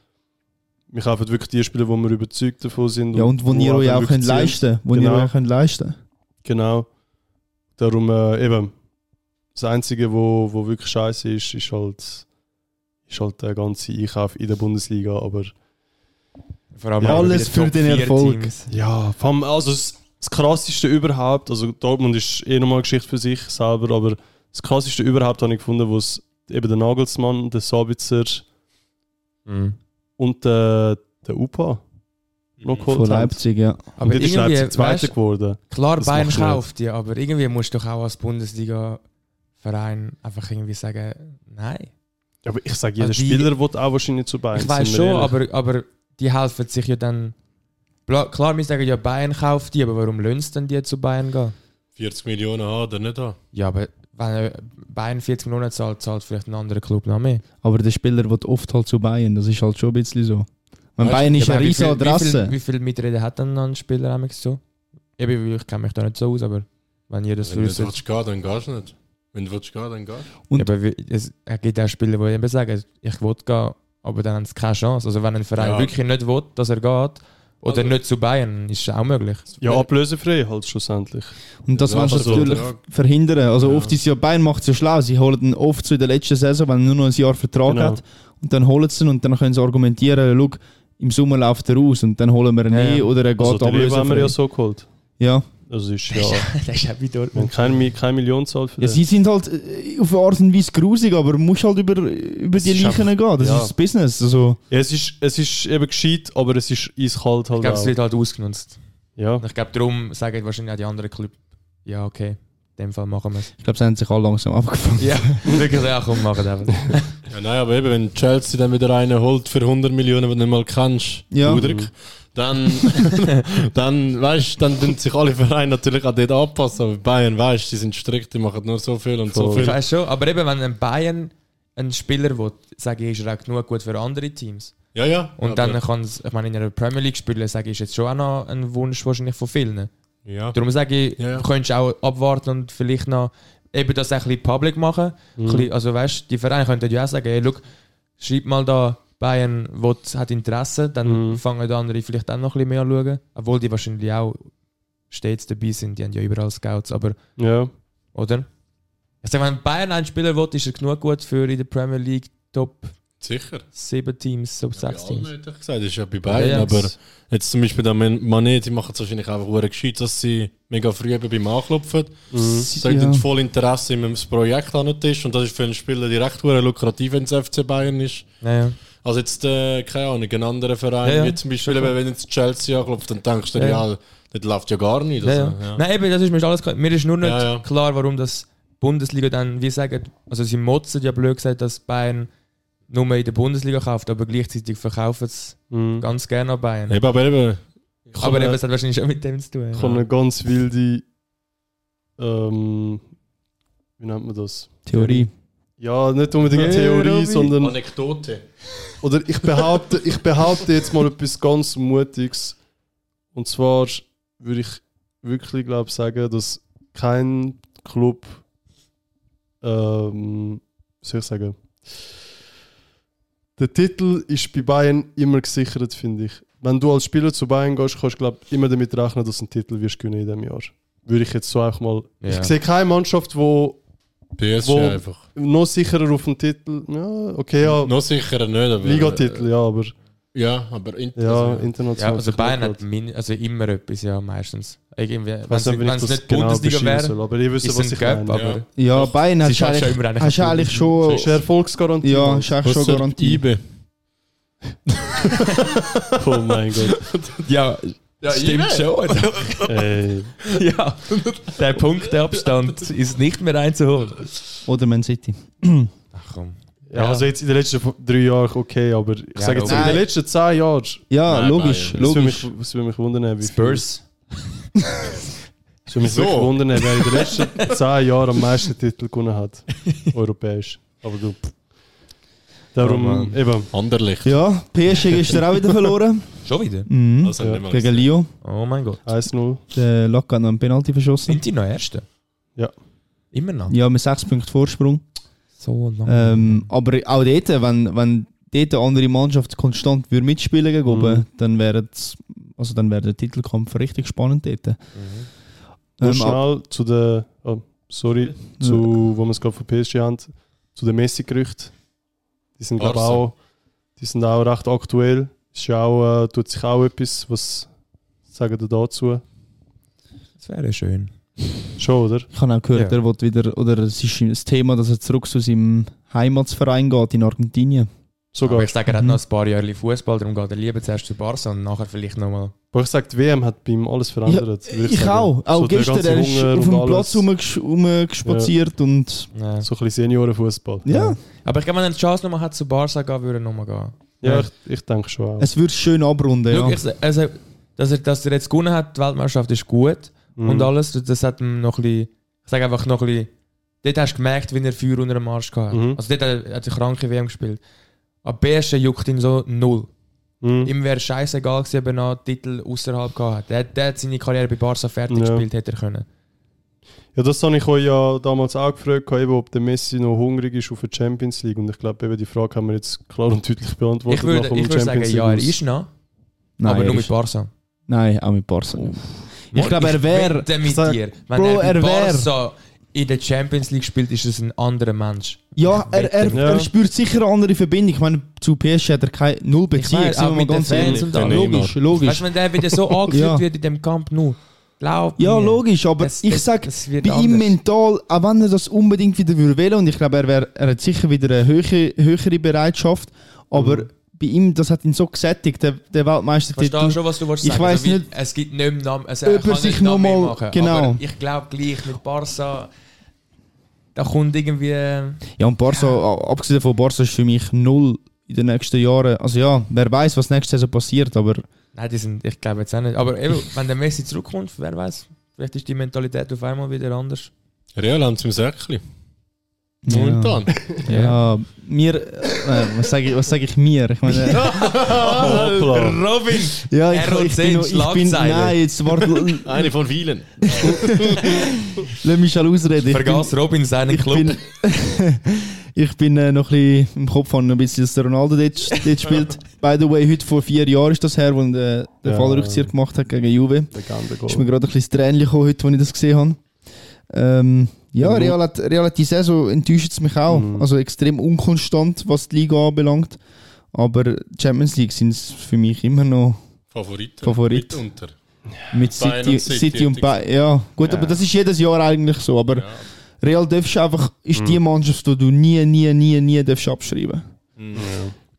F: wir kaufen wirklich die Spieler, wo wir überzeugt davon sind.
G: Ja, und wo ihr
F: auch
G: euch
F: dann
G: auch
F: wirklich
G: könnt
F: ziehen.
G: leisten könnt. Wo
F: Genau.
G: ihr euch auch könnt leisten
F: Genau. Darum äh, eben, das Einzige, wo, wo wirklich scheiße ist, ist halt, ist halt der ganze Einkauf in der Bundesliga, aber
D: Vor allem
F: Ja,
D: auch bei
G: alles
D: den
G: für
D: Top
G: den
D: 4
G: Erfolg.
D: Teams.
F: Ja, vor allem, also das, das krasseste überhaupt, also Dortmund ist eh nochmal eine Geschichte für sich selber, aber das krasseste überhaupt habe ich gefunden, wo es eben der Nagelsmann, der Sabitzer
D: Mhm.
F: und der, der UPA noch geholt
G: von
F: haben.
G: Leipzig, ja.
F: Aber
D: Aber
F: jetzt ist
D: irgendwie,
F: Leipzig Zweiter
D: weißt,
F: geworden.
D: klar,
F: Das
D: Bayern
F: machst du nicht.
D: kauft die, aber irgendwie musst du doch auch als Bundesliga-Verein einfach irgendwie sagen, nein.
F: Ja, aber ich sage, jeder
D: Also die-
F: Spieler wird auch wahrscheinlich zu Bayern.
D: Ich weiß
F: sind wir
D: schon,
F: ehrlich.
D: aber, aber die helfen sich ja dann. Bla- Klar, wir sagen ja, Bayern kauft die, aber warum lösen sie denn die zu Bayern gehen?
E: 40 Millionen haben oder nicht haben?
D: Ja, aber wenn äh, Bayern 40 Millionen zahlt, zahlt vielleicht ein anderer Club noch mehr.
G: Aber der Spieler wird oft halt zu Bayern, das ist halt schon ein bisschen so. Wenn
D: Weißt du?
G: Bayern ist
D: Ja,
G: eine
D: wie
G: riesige
D: viel- Wie
G: Adresse.
D: viel, wie viel Mitreden hat dann noch ein Spieler eigentlich so? Eben, weil ich kenne mich da nicht so aus, aber wenn ihr das
E: Wenn du nicht
D: wisst.
E: willst gehen, dann gehst du nicht. Wenn du willst gehen, dann gehst du.
G: Und-
D: Aber wie- es es gibt auch Spieler, die eben sagen, ich will gehen, aber dann haben sie keine Chance. Also wenn ein Verein
E: Ja.
D: wirklich nicht will, dass er geht, oder
E: Also-
D: nicht zu Bayern, ist es auch möglich.
F: Ja, ablösefrei halt schlussendlich.
G: Und das
E: Ja,
G: willst du
E: also,
G: natürlich
E: ja.
G: verhindern. Also
E: Ja.
G: oft ist ja Bayern macht es ja schlau. Sie holen ihn oft so in der letzten Saison, wenn er nur noch ein Jahr Vertrag
F: Genau.
G: hat. Und dann holen sie ihn und dann können sie argumentieren, schau, im Sommer läuft er aus und dann holen wir ihn
D: Ja, ja.
G: nie oder er geht
F: Also,
G: also,
F: den Leber haben wir
G: ablösefrei.
F: ja so geholt.
G: ja.
F: Also ist ja,
D: das ist auch bei
F: wir haben
D: Dortmund.
F: keine, Mi- keine Million zahlt für
G: ja,
F: den.
G: sie sind halt äh, auf eine Art und Weise grusig, aber man muss halt über, über die
F: ist
G: Leichen gehen. Das
F: ja.
G: ist das Business. Also,
F: Ja, es, ist, es ist eben gescheit, aber es ist eiskalt halt
D: Ich glaube,
F: auch.
D: es wird halt ausgenutzt.
F: Ja.
D: Und ich glaube, darum sagen wahrscheinlich auch die anderen Club, ja, okay, in dem Fall machen wir
G: [LAUGHS]
D: es.
G: ich glaube, sie haben sich alle langsam abgefangen.
D: Ja, wirklich, ja, komm, machen wir einfach.
E: Ja, nein, aber eben, wenn Chelsea dann wieder einen holt für 100 Millionen, die du nicht mal kennst,
G: Ja.
E: Rudrick, dann, [LAUGHS] dann, weißt, dann tun sich alle Vereine natürlich auch dort anpassen. Aber Bayern, weißt, die sind strikt, die machen nur so viel und
F: Voll.
E: so
D: [LAUGHS] Ich
E: viel.
D: weiß schon, aber eben, wenn ein Bayern einen Spieler will, sage ich, ist er auch genug gut für andere Teams.
E: Ja, ja.
D: Und
E: aber-
D: dann kann es, ich meine, in einer Premier League spielen, sage ich, ist jetzt schon auch noch ein Wunsch wahrscheinlich von vielen.
E: Ja.
D: Darum sage ich,
E: Ja, ja.
D: du könntest auch abwarten und vielleicht noch eben das auch ein bisschen public machen. Ein bisschen, also weißt du, die Vereine könnten ja auch sagen, hey, look, schreib mal da, Bayern will, hat Interesse, dann
F: Mhm.
D: fangen die anderen vielleicht auch noch ein bisschen mehr an schauen. Obwohl die wahrscheinlich auch stets dabei sind, die haben ja überall Scouts, aber,
F: Ja.
D: oder? Ich sage, wenn Bayern einen Spieler will, ist er genug gut für in der Premier League Top
E: Sicher.
D: 7 Teams, Top 6
E: Ja,
D: Teams.
E: hätte ich gesagt, das ist ja bei beiden.
D: Ja, ja.
E: Aber jetzt zum Beispiel der Man- Mané, die machen es wahrscheinlich einfach hure gescheit, dass sie mega früh eben beim Anklopfen. Sie sagen,
G: Ja.
E: ja. voll Interesse in das Projekt an den Tisch. Und das ist für einen Spieler direkt hure lukrativ, wenn es FC Bayern ist.
D: Naja.
E: Also jetzt, äh, keine Ahnung, ein anderer Verein,
D: Ja, ja.
E: wie zum Beispiel, eben, wenn jetzt Chelsea anklopft, dann denkst du dir,
D: Ja.
E: ja, das läuft ja gar nicht.
D: Ja,
E: Also,
D: ja. Nein, eben, das ist mir ist alles klar. Mir ist nur nicht
E: Ja, ja.
D: klar, warum das Bundesliga dann, wie sagen, also sie motzen ja blöd gesagt, dass Bayern nur in der Bundesliga kauft, aber gleichzeitig verkaufen sie
F: Mhm.
D: ganz gerne an Bayern.
E: Eben, aber eben,
D: aber
F: Kann-
D: eben, es hat wahrscheinlich auch mit dem zu tun.
F: Ich
D: Ja.
F: habe eine ganz wilde. Ähm, wie nennt man das?
G: Theorie.
F: Ja, nicht unbedingt eine
D: Hey,
F: Theorie,
D: Robi.
F: sondern.
E: Anekdote.
F: Oder ich behaupte, ich behaupte jetzt mal etwas ganz Mutiges. Und zwar würde ich wirklich glaub, sagen, dass kein Club. Ähm, was soll ich sagen? Der Titel ist bei Bayern immer gesichert, finde ich. Wenn du als Spieler zu Bayern gehst, kannst du glaub, immer damit rechnen, dass du einen Titel wirst gewinnen in diesem Jahr. Würde ich jetzt so einfach mal.
D: Ja.
F: Ich sehe keine Mannschaft, die
E: PSG
F: Wo-
E: einfach.
F: noch sicherer auf den Titel. Ja, okay, ja.
E: Noch sicherer nicht, aber...
F: Ligatitel, ja, aber
E: Ja, aber... Inter
F: ja,
E: also,
F: international.
D: Ja, also Bayern hat
F: Ich
D: min also immer etwas, ja, meistens. Irgendwie, wenn
F: weiss
D: es
F: nicht,
D: wenn
F: wenn ich
D: es
F: das
D: nicht
F: nicht genau
D: Bundesliga
F: beschreiben
D: wäre,
F: soll, aber ihr wisst,
D: ist
F: was
D: es ein
F: ich
D: Gap,
F: meine.
D: aber
E: Ja.
G: Ja, Bayern
D: Sie
G: hast
D: ist
G: du
D: halt schon
G: eigentlich,
D: immer eigentlich
G: hast du
D: ein
G: eigentlich
F: Das
G: schon,
F: ist Erfolgsgarantie.
G: ja, hast du eigentlich schon
E: Ausser
G: Garantie.
E: Ibe.
F: Oh mein Gott.
G: [LAUGHS]
F: [LAUGHS]
D: ja, stimmt schon.
E: [LAUGHS]
F: Ey.
D: ja, der Punkteabstand ist nicht mehr einzuholen.
G: Oder Man City.
D: Ach komm.
F: Ja, also jetzt in den letzten v- drei Jahren okay, aber ich
D: Ja,
F: sage jetzt in
G: Nein.
F: den letzten zehn Jahren.
G: Ja,
E: Nein,
G: logisch,
E: Bayern.
F: Es würde
G: logisch.
F: mich, es würde mich wundern, wie
D: Spurs.
F: viel. Es würde mich
E: So.
F: wirklich wundern, wer in den letzten
D: [LAUGHS]
F: zehn Jahren am meisten Titel gewonnen hat. Europäisch. Aber du. pff.
D: Oh
F: Darum
D: Mann.
F: eben.
E: Anderlicht.
G: Ja, PSG gestern auch wieder verloren.
D: Schon wieder?
G: Mhm.
E: Das hat
F: Ja.
E: niemand
G: Gegen Lio.
D: Oh mein Gott.
F: 1-0.
G: Der Lacka hat noch einen Penalty verschossen.
D: Sind die noch Erste?
F: Ja.
D: Immer noch?
G: Ja, mit 6 Punkten Vorsprung.
D: So
F: Äh.
D: lange.
G: Ähm, aber auch dort, wenn, wenn dort eine andere Mannschaft konstant würde mitspielen gegen oben,
F: Mhm.
G: dann wäre also dann wäre der Titelkampf richtig spannend dort.
F: Mhm. Nur
G: Ähm, ab-
F: schnell zu der. Oh, sorry, zu, wo wir es gerade von PSG haben. Zu den Messi-Gerüchten. Die sind, glaube ich,
E: Barca.
F: auch, die sind auch recht aktuell. Ist ja auch, äh, tut sich auch etwas. Was sagen ihr dazu?
D: Das wäre schön.
F: Schon, oder?
G: ich habe auch gehört,
D: Ja.
G: er will wieder, oder es ist das Thema, dass er zurück zu seinem Heimatsverein geht in Argentinien.
F: Sogar.
D: Aber
F: Ich,
D: ich sage, er hat
G: Mhm.
D: noch ein paar Jahre Fußball, darum geht er lieber zuerst zu Barca und nachher vielleicht nochmal.
F: ich sage, die WM hat bei ihm alles verändert. würd
G: ich
F: sagen.
G: auch. Auch
F: So der
G: gestern,
F: ganze
G: er ist
F: Hunger
G: auf
F: und
G: dem
F: alles.
G: Platz rumgesch- rumgespaziert und
D: Ja.
F: So ein bisschen Seniorenfußball.
G: ja,
D: Aber ich glaube, wenn er die Chance nochmal hat, zu Barca gehen, würde er nochmal gehen.
F: Ja, ich, ich denke schon auch.
G: es würde schön abrunden.
D: Schau,
G: Ja.
D: ich, also, dass, er, dass er jetzt gewonnen hat, die Weltmeisterschaft ist gut
F: Mhm.
D: und alles. Das hat ihm noch ein bisschen, ich sage einfach noch ein bisschen, dort hast du gemerkt, wie er Feuer unter dem Arsch gehabt hat.
F: Mhm.
D: Also dort hat er hat er kranke WM gespielt. Aber PSG juckt ihn so null.
F: Mhm.
D: Ihm wäre scheißegal gewesen, ob er noch Titel außerhalb gehabt hat. Der, hat- der hat seine Karriere bei Barca fertig
F: Ja.
D: gespielt, hätte er können.
F: Ja, das habe ich euch ja damals auch gefragt, eben, ob der Messi noch hungrig ist auf die Champions League. Und ich glaube, eben die Frage haben wir jetzt klar und deutlich beantwortet.
D: Ich würde,
F: nach dem
D: ich würde sagen,
F: Champions
D: ja, er
F: League-Aus.
D: ist noch,
G: Nein,
D: aber
G: er
D: nur mit
G: ist-
D: Barca.
G: Nein, auch mit Barca. nicht. Ich glaube, er wäre.
D: wette mit
G: sag-
D: dir, wenn
G: Bro,
D: er,
G: er
D: mit
G: wär-
D: Barca in der Champions League spielt, ist es ein anderer Mensch.
G: Ja,
D: Ich
G: er, er,
D: wette.
F: Ja.
G: er spürt sicher eine andere Verbindung. Ich meine, zu PSG hat er keine null Beziehung.
D: weiß,
G: sind wir
D: auch
G: mal
D: mit den Fans und
E: alles.
G: Logisch,
D: Weißt
G: logisch.
D: du, wenn der wieder
G: [LAUGHS]
D: so angeführt
G: Ja.
D: wird in dem Kampf nur, glaub
G: Ja,
D: mir,
G: logisch, aber
D: es-
G: ich
D: es-
G: sag,
D: es wird
G: bei ihm
D: anders.
G: mental, auch wenn er das unbedingt wieder würde wählen und ich glaube, er, wär, er hat sicher wieder eine höhere, höhere Bereitschaft, aber
D: Mhm.
G: bei ihm, das hat ihn so gesättigt, der, der
D: Verstehst du
G: Weltmeistertitel.
D: schon, was du willst
G: Ich
D: sagen?
G: weiss
D: wie-
G: nicht,
D: es gibt nicht mehr Namen, also
G: ob
D: er
G: er
D: kann
G: sich
D: nicht Namen
G: noch mal-
D: machen,
G: genau.
D: aber ich glaube gleich mit Barca, da kommt irgendwie...
G: Ja, und Barca, a- abgesehen von Barca, ist für mich null in den nächsten Jahren. Also ja, wer weiß, was nächste Saison passiert, aber
D: Nein, die sind, ich glaube jetzt auch nicht. Aber eben, wenn der Messi zurückkommt, wer weiß, vielleicht ist die Mentalität auf einmal wieder anders.
E: Real haben sie im Säckchen.
G: Ja.
E: Momentan.
G: [LAUGHS] Ja, mir. Äh, was sage ich, was sag ich mir? Ich meine,
F: Hoppla.
D: Robin!
G: eh, ja, ich,
D: R&C
G: ich bin, noch- ich bin
D: Schlagzeilen.
G: Nein, jetzt warte,
E: [LAUGHS] Eine von vielen.
G: lass mich schon ausreden. Ich bin,
D: Vergaß Robin seinen
G: ich
D: Club.
G: bin, [LAUGHS] ich bin äh, noch ein bisschen im Kopf an, ein bisschen, dass der Ronaldo dort, dort spielt. By the way, heute vor vier Jahren ist das her, wo der, der
F: Ja.
G: Fallrückzieher gemacht hat gegen Juve.
F: Legende
G: Ist mir
F: Goal.
G: gerade ein bisschen das Tränchen gekommen, heute, als ich das gesehen habe. Ähm, ja,
F: Mhm.
G: Real hat, Real hat die Saison enttäuscht es mich auch.
F: Mhm.
G: Also extrem unkonstant, was die Liga anbelangt. Aber Champions League sind es für mich immer noch
E: Favoriten.
G: Favorit.
E: Mitunter.
G: mit
E: Bayern
G: City,
E: und
G: City,
E: City
G: und
E: hat er
G: Bayern. Ja, gut,
F: Ja.
G: aber das ist jedes Jahr eigentlich so. Aber
E: Ja.
G: Real darfst du einfach, ist die Mannschaft, die du nie, nie, nie, nie darfst abschreiben.
E: Mhm.
G: Gehen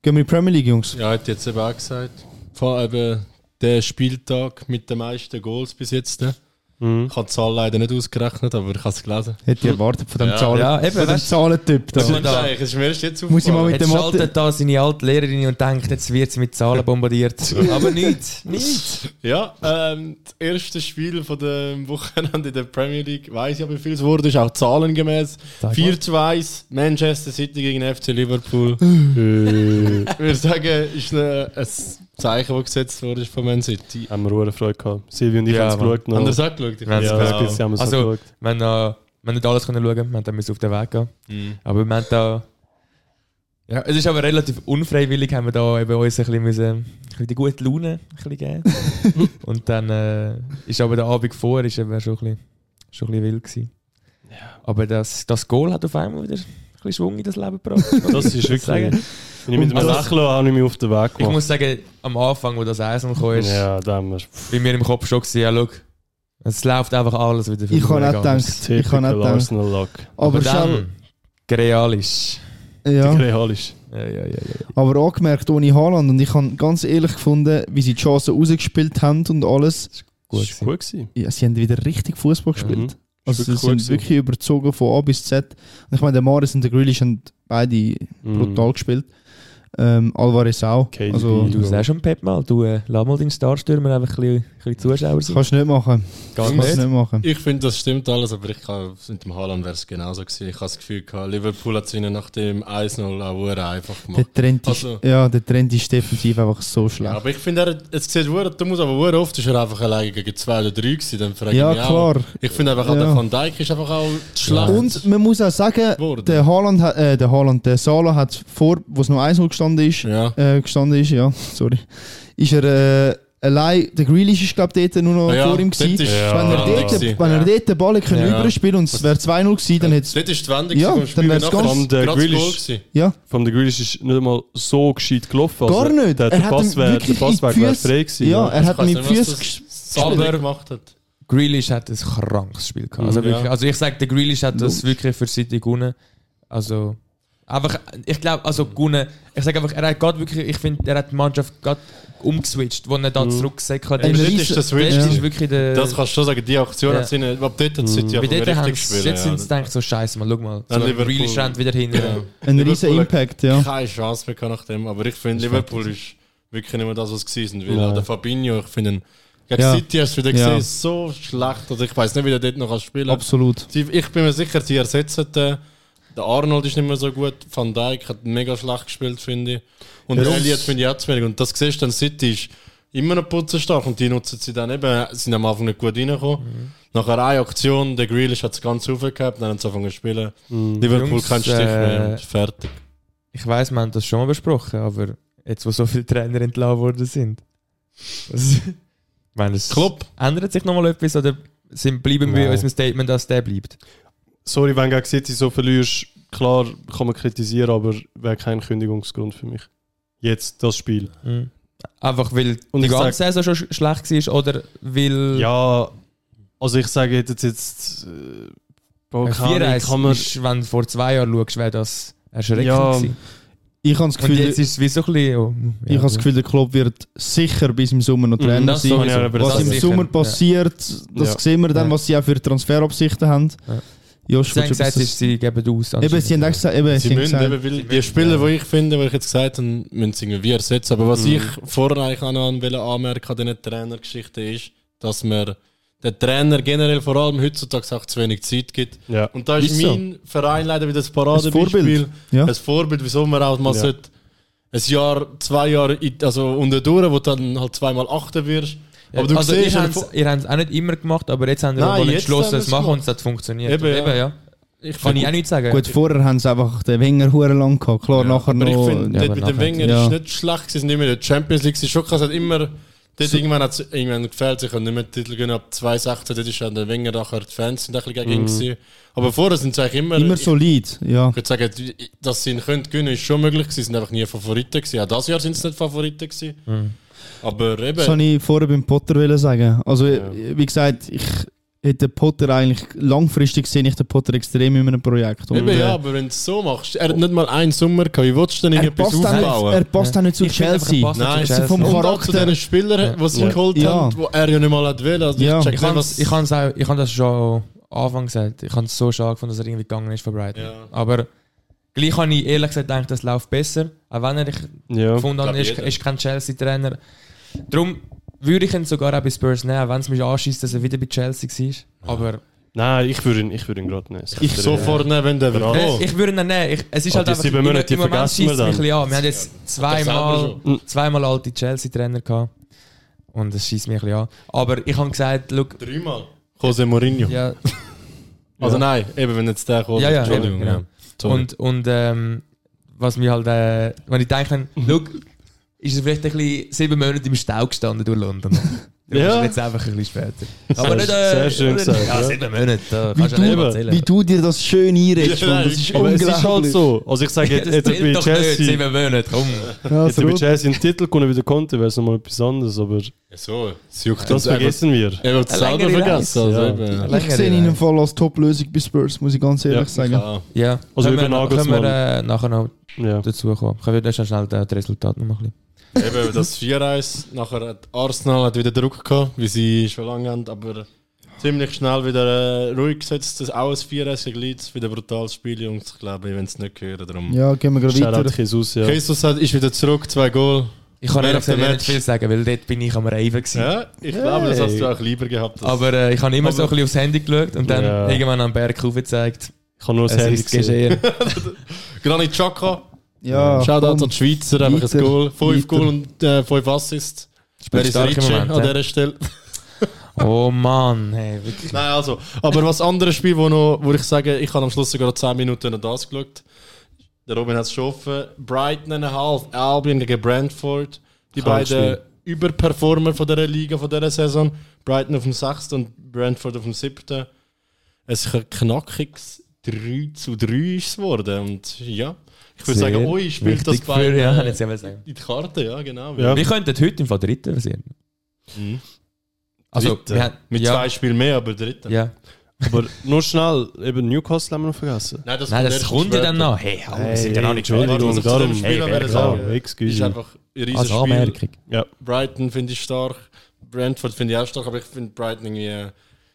G: wir in die Premier League, Jungs.
E: Ja, hat jetzt eben auch gesagt. Vor eben der Spieltag mit den meisten Goals bis jetzt. ne?
F: Mhm.
E: Ich habe die Zahl leider nicht ausgerechnet, aber ich habe es gelesen.
G: Hätte ich erwartet von dem
E: Ja.
G: Zahlen,
D: Ja, eben,
G: von dem
D: weißt du-
G: Zahlentyp da.
D: Also- da.
E: Eigentlich, Es ist mir erst jetzt
G: Muss ich mal mit-
D: Jetzt
G: dem
D: schaltet da seine alte Lehrerin und denkt, jetzt wird sie mit
F: [LAUGHS]
D: Zahlen bombardiert. Aber nichts, nichts.
E: aufgefallen. Ja, ähm, das erste Spiel von dem Wochenende in der Premier League, weiß ich aber, wie viel es wurde, ist auch zahlengemäß.
D: mal.
E: 4 zu 1, Manchester City gegen FC Liverpool.
G: [LAUGHS]
F: Äh,
E: Ich würde sagen, ist eine, ein Zeichen, das gesetzt wurde von Man City.
F: haben wir hohe Freude gehabt. Silvi und ich
D: Ja,
F: haben es
D: Mann.
F: geschaut. noch.
E: Anders angeschaut. Ich
D: Ja,
E: weiß
F: Ja,
E: gar
F: das
E: nicht.
F: gibt's, haben wir es
D: Also-
F: also, geschaut.
D: Wir haben, äh, wir haben nicht alles können schauen, wir haben dann müssen auf den Weg gehen.
E: Mhm.
D: Aber wir haben da. Ja, es ist aber relativ unfreiwillig, haben wir da eben uns ein bisschen, müssen, ein bisschen die gute Laune ein bisschen geben.
F: [LAUGHS]
D: Und dann äh, ist aber der Abend vor, ist eben schon ein bisschen, schon ein bisschen wild gewesen. Aber das, das Goal hat auf einmal wieder ein bisschen Schwung in das Leben gebracht.
F: Das
D: [LAUGHS]
F: ist wirklich. Wenn
D: Sagen.
F: ich mit einem
D: Und das-
F: Lächeln habe ich mich auf den Weg
D: Ich
F: gemacht.
D: muss sagen, am Anfang, wo das Eisen gekommen ist,
F: ja, da haben wir
D: bei mir im Kopf schon gewesen, ja, schau, es läuft einfach alles wieder für
G: Ich habe
D: Norwegen
G: nicht
D: anders.
G: gedacht. Ich habe nicht
F: Typical
G: gedacht.
F: Arsenal-Luck.
G: Aber, Schall-
D: dann, real ist.
G: ja.
F: Realisch.
D: Ja, ja, ja, ja.
G: Aber angemerkt ohne Haaland. Und ich habe ganz ehrlich gefunden, wie sie die Chancen rausgespielt haben und alles.
D: Gut.
F: Das war gut. gewesen.
G: Ja, sie haben wieder richtig Fußball gespielt.
F: Mhm.
G: Also sie
F: wirklich
G: sind
F: gut gewesen.
G: wirklich überzogen von A bis Z. Und ich meine, der Maris und der Grealish haben beide
F: Mhm.
G: brutal gespielt. Ähm, Alvarez auch.
F: KDB.
G: Also,
D: Du sagst schon, Pep mal, du äh, lass mal deinen Starstürmer einfach ein bisschen, ein bisschen Zuschauer
G: das
D: sein.
G: kannst du nicht machen. Das kannst du nicht machen.
E: Ich finde, das stimmt alles, aber ich kann, mit dem Haaland wäre es genauso gewesen. Ich habe das Gefühl, gehabt, Liverpool hat es ihnen nach dem 1-0 auch verdammt einfach gemacht.
G: Der Trend, ist,
E: Also-
G: ja, der Trend ist defensiv einfach so
E: Ja,
G: schlecht.
E: aber ich finde, er- es sieht verdammt- du musst aber verdammt oft ist er einfach alleine gegen zwei oder drei gewesen, dann frage
G: Ja,
E: ich mich
G: klar.
E: Auch. Ich finde einfach, auch
G: Ja.
E: der Van Dijk ist einfach auch schlecht.
G: Und man muss auch sagen,
E: Worden.
G: der Haaland, hat- äh, der Haaland, der Salah hat vor, wo es noch 1-0 gestanden ist,
E: ja.
G: äh, gestanden ist, ja, [LAUGHS] sorry, ist er äh, allein, der Grealish ist glaube ich dort nur noch
E: Ja,
G: vor ihm
E: dort
G: gewesen.
E: ist-
G: Wenn er,
E: Ja.
G: dort,
E: Ja.
G: wenn er dort den Ball hätte können
E: Ja.
G: überspielen und es wäre 2-0 gewesen, dann hätte
E: Dort ist die Wende
G: Ja,
E: gewesen vom
G: dann
E: Spiel,
G: wär's
E: nachher
G: ganz-
E: ist
F: Dann der
E: gerade das
F: Grealish-
E: Goal gewesen.
G: ja,
F: Von der Grealish ist nicht mal so gescheit gelaufen. Also,
G: Gar nicht.
F: Der, der
G: Er hat
F: Pass
G: ihm
F: wäre
G: wirklich in die
F: wär
G: Füße-
F: frei gewesen.
G: ja, er
E: Ich
G: hat
E: weiss
G: mit dem
E: nicht, was
G: Fuß
E: das
G: gesch-
E: Saber gemacht hat.
D: Grealish hat ein krankes Spiel gehabt. Also,
E: Mhm,
D: wirklich,
E: ja.
D: also ich sage, der Grealish hat das
G: Los.
D: wirklich für City gewonnen. Also, einfach, ich glaube,
G: Mhm.
D: also gewonnen. Ich sage einfach, er hat gerade wirklich, ich finde, er hat die Mannschaft gerade umgeswitcht, wo er da zurückgesackt hat.
E: Ja,
G: Mhm. Ein
E: aber dort
G: riesen-
E: ist das
D: Das
E: wirklich.
D: ist wirklich der.
E: Das kannst du schon sagen, die Aktion
D: Ja.
E: hat sie nicht. Ab dort hat City
D: bei
E: einfach
D: dort haben
E: richtig
D: sie,
E: gespielt.
D: jetzt sind sie
E: ja.
D: gedacht, so scheiße, mal schau mal.
E: Dann
D: So,
E: Liverpool.
D: Grealish rennt wieder hin.
E: Ja.
G: ein riesen
E: Liverpool hat
G: Impact, ja.
E: Keine Chance mehr gehabt nach dem. Aber ich finde, Liverpool ist wirklich nicht mehr das, was es gewesen sind. Weil
F: Nein.
E: auch der Fabinho, ich finde, ihn- gegen
G: Ja.
E: City hast du wieder
G: Ja.
E: gesehen, so schlecht. Also ich weiß nicht, wie der dort noch kann spielen kann.
G: Absolut.
E: Sie- Ich bin mir sicher, sie ersetzen den. Der Arnold ist nicht mehr so gut. Van Dijk hat mega schlecht gespielt, finde ich. Und
F: Ja,
E: ja,
F: das-
E: Elliot finde ich auch zu wenig. Und das siehst du dann, City ist immer noch putzenstark und die nutzen sie dann eben. Sie sind am Anfang nicht gut reingekommen. Nachher eine Aktion, der Grealish hat es ganz aufgehabt, dann haben sie angefangen zu spielen.
F: Mhm.
E: Liverpool
D: Jungs,
E: kein Stich mehr
D: äh,
E: und fertig.
D: Ich weiß, wir haben das schon mal besprochen, aber jetzt, wo so viele Trainer entlassen worden sind. Was- [LAUGHS] Ich meine, es
E: Klopp.
D: ändert sich nochmal etwas oder sind, bleiben wir
F: Nein.
D: unserem Statement, dass der bleibt?
F: Sorry, wenn du gegen City so verlierst, klar kann man kritisieren, aber wäre kein Kündigungsgrund für mich. Jetzt das Spiel.
D: Mhm. Einfach weil
F: Und
D: die
F: ich
D: ganze Saison schon sch- schlecht war oder
F: Äh.
D: weil
F: Ja, also ich sage hätte jetzt jetzt. Äh, Bro,
D: ein
F: keine Ahnung,
D: 4-1
F: kann man,
D: ist, wenn du vor zwei Jahren schaust, wäre das erschreckend
F: Ja,
D: gewesen.
G: Ich habe das
D: Und
G: Gefühl,
D: jetzt ist es wie so ein bisschen... oh,
G: ich
D: ja,
G: habe das Gefühl, der Club wird sicher bis im Sommer noch Trainer
D: das
G: sein.
D: sowieso.
F: Ja, aber
G: Was
F: das
G: im
F: sicher.
G: Sommer
D: Ja.
G: passiert, das
F: Ja.
G: sehen wir dann,
D: Ja.
G: was sie auch für Transferabsichten haben.
D: Ja.
G: Josh,
D: Sie haben
G: willst du
D: gesagt,
G: etwas-
D: sie geben aus.
G: eben,
D: anscheinend.
G: sie haben auch gesagt, eben,
E: Sie,
G: sie haben
E: müssen
G: gesagt,
E: eben, weil die Spieler, die ich finde, die ich jetzt gesagt habe, müssen sie irgendwie ersetzen. Aber was
G: Mhm.
E: ich vorher eigentlich auch noch an- wollte anmerken an diesen Trainergeschichten ist, dass man der Trainer generell vor allem heutzutage auch zu wenig Zeit gibt.
F: Ja.
E: Und da ist
G: Ist so.
E: mein Verein leider wieder das
G: Ein Vorbild.
E: Paradebeispiel.
G: Ja.
E: Ein Vorbild, wieso man auch mal
F: Ja.
E: sollte ein Jahr, zwei Jahre, in- also unter durch, wo du dann halt zweimal achten wirst. Aber du
D: also
E: siehst, halt
D: ihr
E: er-
D: habt's- ihr habt es auch nicht immer gemacht, aber jetzt haben wir
E: Nein,
D: mal
E: jetzt
D: entschlossen,
E: haben
D: es
E: wir's
D: machen
E: gemacht.
D: und es hat funktioniert.
E: Eben, ja.
D: Ich Kann ich auch nichts sagen.
G: gut, vorher haben sie einfach den Wenger hure lang gehabt. Klar, nachher
E: Aber
G: noch.
E: ich finde,
D: ja,
E: dort
D: aber
E: mit dem
D: nachher-
E: Wenger
G: ja.
E: ist nicht schlecht, sie sind nicht mehr in der Champions League, sie schon krass, hat immer, dort irgendwann hat irgendwann gefällt, sie können nicht mehr den Titel gewinnen, ab 2016, dort ist ja der Wenger nachher, die Fans sind ein bisschen gegen ihn gewesen. Aber vorher sind sie eigentlich immer,
G: Mhm. immer
E: ich
G: solid, ja.
E: würde sagen, dass sie ihn können gewinnen, ist schon möglich gewesen, sie sind einfach nie Favoriten gewesen, auch dieses Jahr sind sie nicht Favoriten gewesen.
G: Mhm.
E: Aber
G: Das
E: eben,
G: wollte ich vorher beim Potter wollen sagen. Also, wie gesagt, ich hätte Potter eigentlich langfristig sehe ich den Potter extrem in einem Projekt. Und,
E: eben ja,
G: äh,
E: aber wenn du es so machst, er hat nicht mal einen Sommer gehabt, wie willst du denn
G: er
E: irgendetwas
G: passt, auch nicht, er
E: aufbauen?
G: passt auch nicht zu
D: Ich finde einfach, er
G: Chelsea.
D: passt nicht
E: Nein,
D: zu
E: sie
D: Chelsea.
G: vom
E: Und auch
G: Charakter.
E: zu den Spielern, die sie geholt
G: Ja.
E: haben, die er ja nicht mal hat wollen. Also ich
G: Ja.
E: check
D: Ich
E: nicht,
D: habe
E: was-
D: ich hab's auch- ich hab das schon am Anfang gesagt. Ich habe es so schade gefunden, dass er irgendwie gegangen ist von Brighton.
E: Ja.
D: Aber gleich habe ich ehrlich gesagt gedacht, das läuft besser. Auch wenn er, ich
F: ja.
D: gefunden
E: glaub
D: habe, er ist,
E: jeder.
D: ist kein Chelsea-Trainer. Darum würde ich ihn sogar auch bei Spurs nehmen, auch wenn es mich anschießt, dass er wieder bei Chelsea war. Aber
F: Nein, ich würde ihn, ich würde ihn gerade nehmen.
E: Ich sofort nehmen, wenn der
F: Ja.
E: will.
D: Äh, ich würde ihn nehmen. Ich, es ist
F: Ah,
D: halt
F: Oh. die
D: einfach,
F: sieben
D: im-
F: Monate
D: im Moment
F: vergessen wir
D: schießt es mich ein
F: dann.
D: bisschen an. Wir haben jetzt
E: er
D: zweimal,
E: selber
F: Mm.
D: zweimal alte Chelsea-Trainer gehabt. Und es schießt mich ein bisschen an. Aber ich habe gesagt, look,
E: Dreimal. Jose Mourinho.
D: ja,
E: Also nein, eben wenn jetzt der kommt.
D: Ja, ja,
E: Entschuldigung.
D: eben, genau.
E: ja. Sorry.
D: und, und ähm, was mir halt, äh, wenn ich denke, look, ist er vielleicht ein bisschen sieben Monate im Stau gestanden durch London. Darum
F: [LAUGHS] Ja.
D: ist er jetzt einfach ein bisschen später. Aber
F: Sehr-
D: nicht, äh,
F: sehr schön
D: nicht-
F: gesagt,
D: Ja,
F: ja.
D: sieben Monate, da
G: Wie
D: kannst du ja nicht
F: du-
D: mal erzählen. [LAUGHS]
G: Wie du dir das schön einredest,
E: Ja,
G: Mann, das
E: nein,
G: ist
F: Aber es ist halt
G: unglaublich.
F: so. Also ich sage, [LAUGHS]
D: Ja,
F: jetzt,
D: das
F: jetzt
D: zählt
F: bei
D: doch nicht,
F: Chelsea,
D: sieben Monate, komm.
G: Ja,
F: jetzt bei
G: absolut.
F: Chelsea einen Titel gewonnen wie der Conte, wäre es nochmal etwas anderes, aber
E: Ja, so, es juckt
F: das
E: uns Also einfach.
F: vergessen wir.
E: Er wird es
D: Eine
E: selber
D: längere
E: vergessen.
D: Reise.
E: Also
F: Ja.
E: eben.
G: Ich sehe ihn im Fall als Top-Lösung bei Spurs, muss ich ganz ehrlich
F: Ja,
G: sagen.
E: Ja.
D: Ja,
F: Also
D: können
F: über
D: wir, können
F: Nagelsmann.
D: wir äh, nachher noch
F: Ja.
D: dazu kommen. Können wir dann schon schnell das Resultat noch mal ein bisschen.
E: Eben das 4-1, nachher hat Arsenal hat wieder Druck gehabt, wie sie schon lange haben, aber ziemlich schnell wieder äh, ruhig gesetzt, dass auch ein 34 Leads wieder brutal spielen. Und ich glaube, ich will es nicht hören. Darum.
G: Ja, gehen wir gerade
F: Shoutout
G: weiter.
F: Jesus, ja.
E: Jesus hat, ist wieder zurück, zwei Goal.
D: Ich kann
E: Man
D: ehrlich
E: of the
D: gesagt nicht
E: Match.
D: viel sagen, weil dort bin ich am Reiben gewesen.
E: Ja, Also- ich glaube, das hast du auch lieber gehabt. als-
D: Aber äh, ich habe immer so ein bisschen aufs Handy geschaut und dann
F: Ja.
D: irgendwann am Berg aufgezeigt.
F: Ich habe nur das
D: Es
F: Handy
D: ist
F: gesehen.
D: geschehen.
E: Granit Xhaka,
D: Äh,
G: Ja,
E: Shoutout
G: komm.
E: an die Schweizer, einfach ein
G: Weiter.
E: Goal. 5
G: Weiter.
E: Goal und 5 Assists.
D: Spielt
E: Wer ist
D: stark im
E: Ricci an
D: Moment, ja.
E: dieser Stelle?
D: [LAUGHS]
E: [LAUGHS]
D: Oh Mann, hey, wirklich.
E: Nein, also. Aber was anderes Spiel, wo, noch, wo ich sage, ich habe am Schluss sogar 10 Minuten noch das geschaut. Der Robin hat es geschaffen. Brighton and a half, Albion gegen Brentford. Die
F: Krank
E: beiden
F: Spiel.
E: Überperformer von dieser Liga, von dieser Saison. Brighton auf dem 6. und Brentford auf dem 7. Es ist ein knackiges 3 zu 3 ist es geworden. Und ja, ich würde sagen,
D: Sehr
E: ui, spielt das
D: wichtig für,
E: beide
D: ja, [LAUGHS]
E: äh,
D: jetzt eben sagen.
E: in die Karte, ja, genau.
F: Ja.
D: Wir könnten heute im Fall Dritter sein.
E: Mhm.
D: Also,
E: Dritter.
D: wir haben,
E: Mit
D: ja,
E: zwei Spielen mehr, aber dritter.
D: Ja.
F: Aber nur schnell, eben Newcastle haben wir noch vergessen.
E: Nein, das
D: Nein, das
E: erst
D: kommt
E: später.
D: ja dann noch. Hey, hallo, wir sind ja noch nicht fertig.
F: Entschuldigung,
E: Warte, was ich zu
F: darum.
E: dem Spiel noch
D: Hey,
E: sagen
F: Ja,
E: Ist
F: excuse me.
E: einfach ein riesiges
D: Also
E: Spiel.
D: Anmerkung.
F: Ja,
E: Brighton finde ich stark, Brentford finde ich auch stark, aber ich finde Brighton irgendwie äh,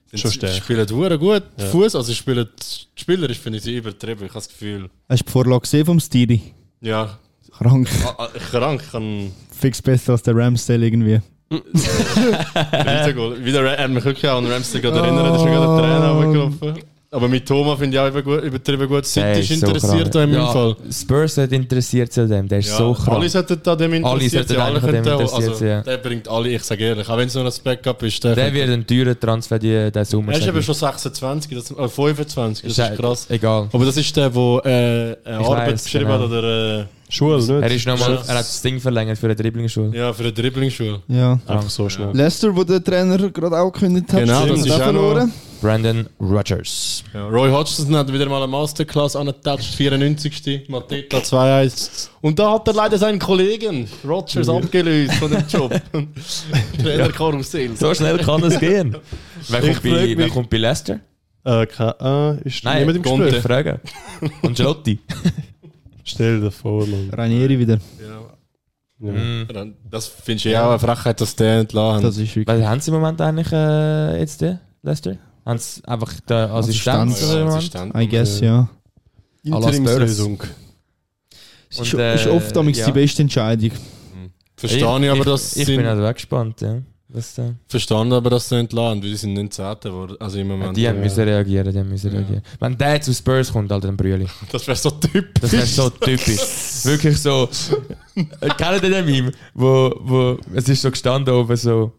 E: sind-
F: Schon stark.
E: spielen hure gut Fuß, also spielen spielerisch finde ich sie übertrieben. Ich habe das Gefühl,
G: Hast du die Vorlage gesehen vom Stevie?
E: ja,
G: Krank.
E: ah, ah, krank, ich kann
D: [LAUGHS]
G: Fix besser als der Ramsdale irgendwie.
E: Riesengol. Wieder Ra- hat mich wirklich auch an Ramsey gerade erinnert, da ist mir gerade eine Träne
D: Oh.
E: runtergelaufen. Aber mit Thomas finde ich auch über- gut- übertrieben gut. City
D: Hey,
E: ist
D: so
E: interessiert
D: krank.
E: in meinem
D: Ja,
E: Fall.
D: Spurs hat interessiert sich an dem, der ist so krank.
E: Alle sollten an dem interessiert
D: sollten
E: sein. Alle
D: eigentlich an dem
E: könnten auch-
D: interessiert
E: also,
D: sein, ja.
E: Der bringt alle, ich sage ehrlich, auch wenn es nur ein Backup ist. Der,
D: der wird einen teuren Transfer die, den Sommer.
E: er ist
D: sag
E: eben
D: ich.
E: schon 26, das, äh, 25, das
D: Ist
E: ist krass.
D: Egal.
E: Aber das ist der, der äh, eine
D: Ich
E: Arbeit
D: weiss,
E: geschrieben
D: genau.
E: hat oder äh,
F: Schule, nicht?
D: Er ist nochmal,
E: Schuss.
D: er hat das Ding verlängert für eine Dribblingschule.
E: ja, für eine Dribblingsschule.
G: Ja.
F: Einfach so schnell.
G: Leicester, wo der Trainer gerade auch gekündigt hat,
E: Genau,
G: hat
E: das ist
G: auch
E: auch noch-
G: verloren.
D: Brandon Rogers.
E: Ja. Roy Hodgson hat wieder mal eine Masterclass angetatscht, 94. Mateta 2-1. Und da hat er leider seinen Kollegen Rogers abgelöst von dem
D: [LAUGHS]
E: Job. Trainer Karussell.
D: So schnell kann es gehen. [LAUGHS] Wer
F: Ich
D: kommt,
F: frag
D: bei, wer
F: mich-
D: kommt bei Leicester?
F: Äh, keine, ah, ist
D: Nein,
F: niemand im
D: Conte.
F: Gespräch?
E: [LAUGHS]
D: Fragen. Ancelotti.
F: Stell dir vor, Mann.
G: Ranieri wieder.
D: mm.
E: Das finde ich ja auch eine Frechheit, dass der entlassen
G: Das ist wirklich.
D: Was haben sie im Moment eigentlich äh, jetzt, äh, Leicester? Haben sie einfach den Assistenten?
G: Assistenz.
D: oder was?
G: I guess, ja.
F: Interimslösung.
G: Es
D: Und,
G: ist,
D: äh,
G: ist oft damals
D: ja.
G: die beste Entscheidung.
E: Verstehe ich, aber, dass
D: Ich,
E: sie
D: bin
E: ihn-
D: also weggespannt, ja. Das, äh,
E: verstanden, aber dass sie ihn entlassen, weil sie sind nicht Zehnter geworden. Also im Moment.
D: die haben müssen reagieren, die haben müssen reagieren. Wenn der zu Spurs kommt, Alter, dann brülle ich.
E: Das wäre so typisch.
D: Das wäre so typisch. Wirklich so. Äh, Kennt ihr den Meme, wo, wo es ist so gestanden oben so.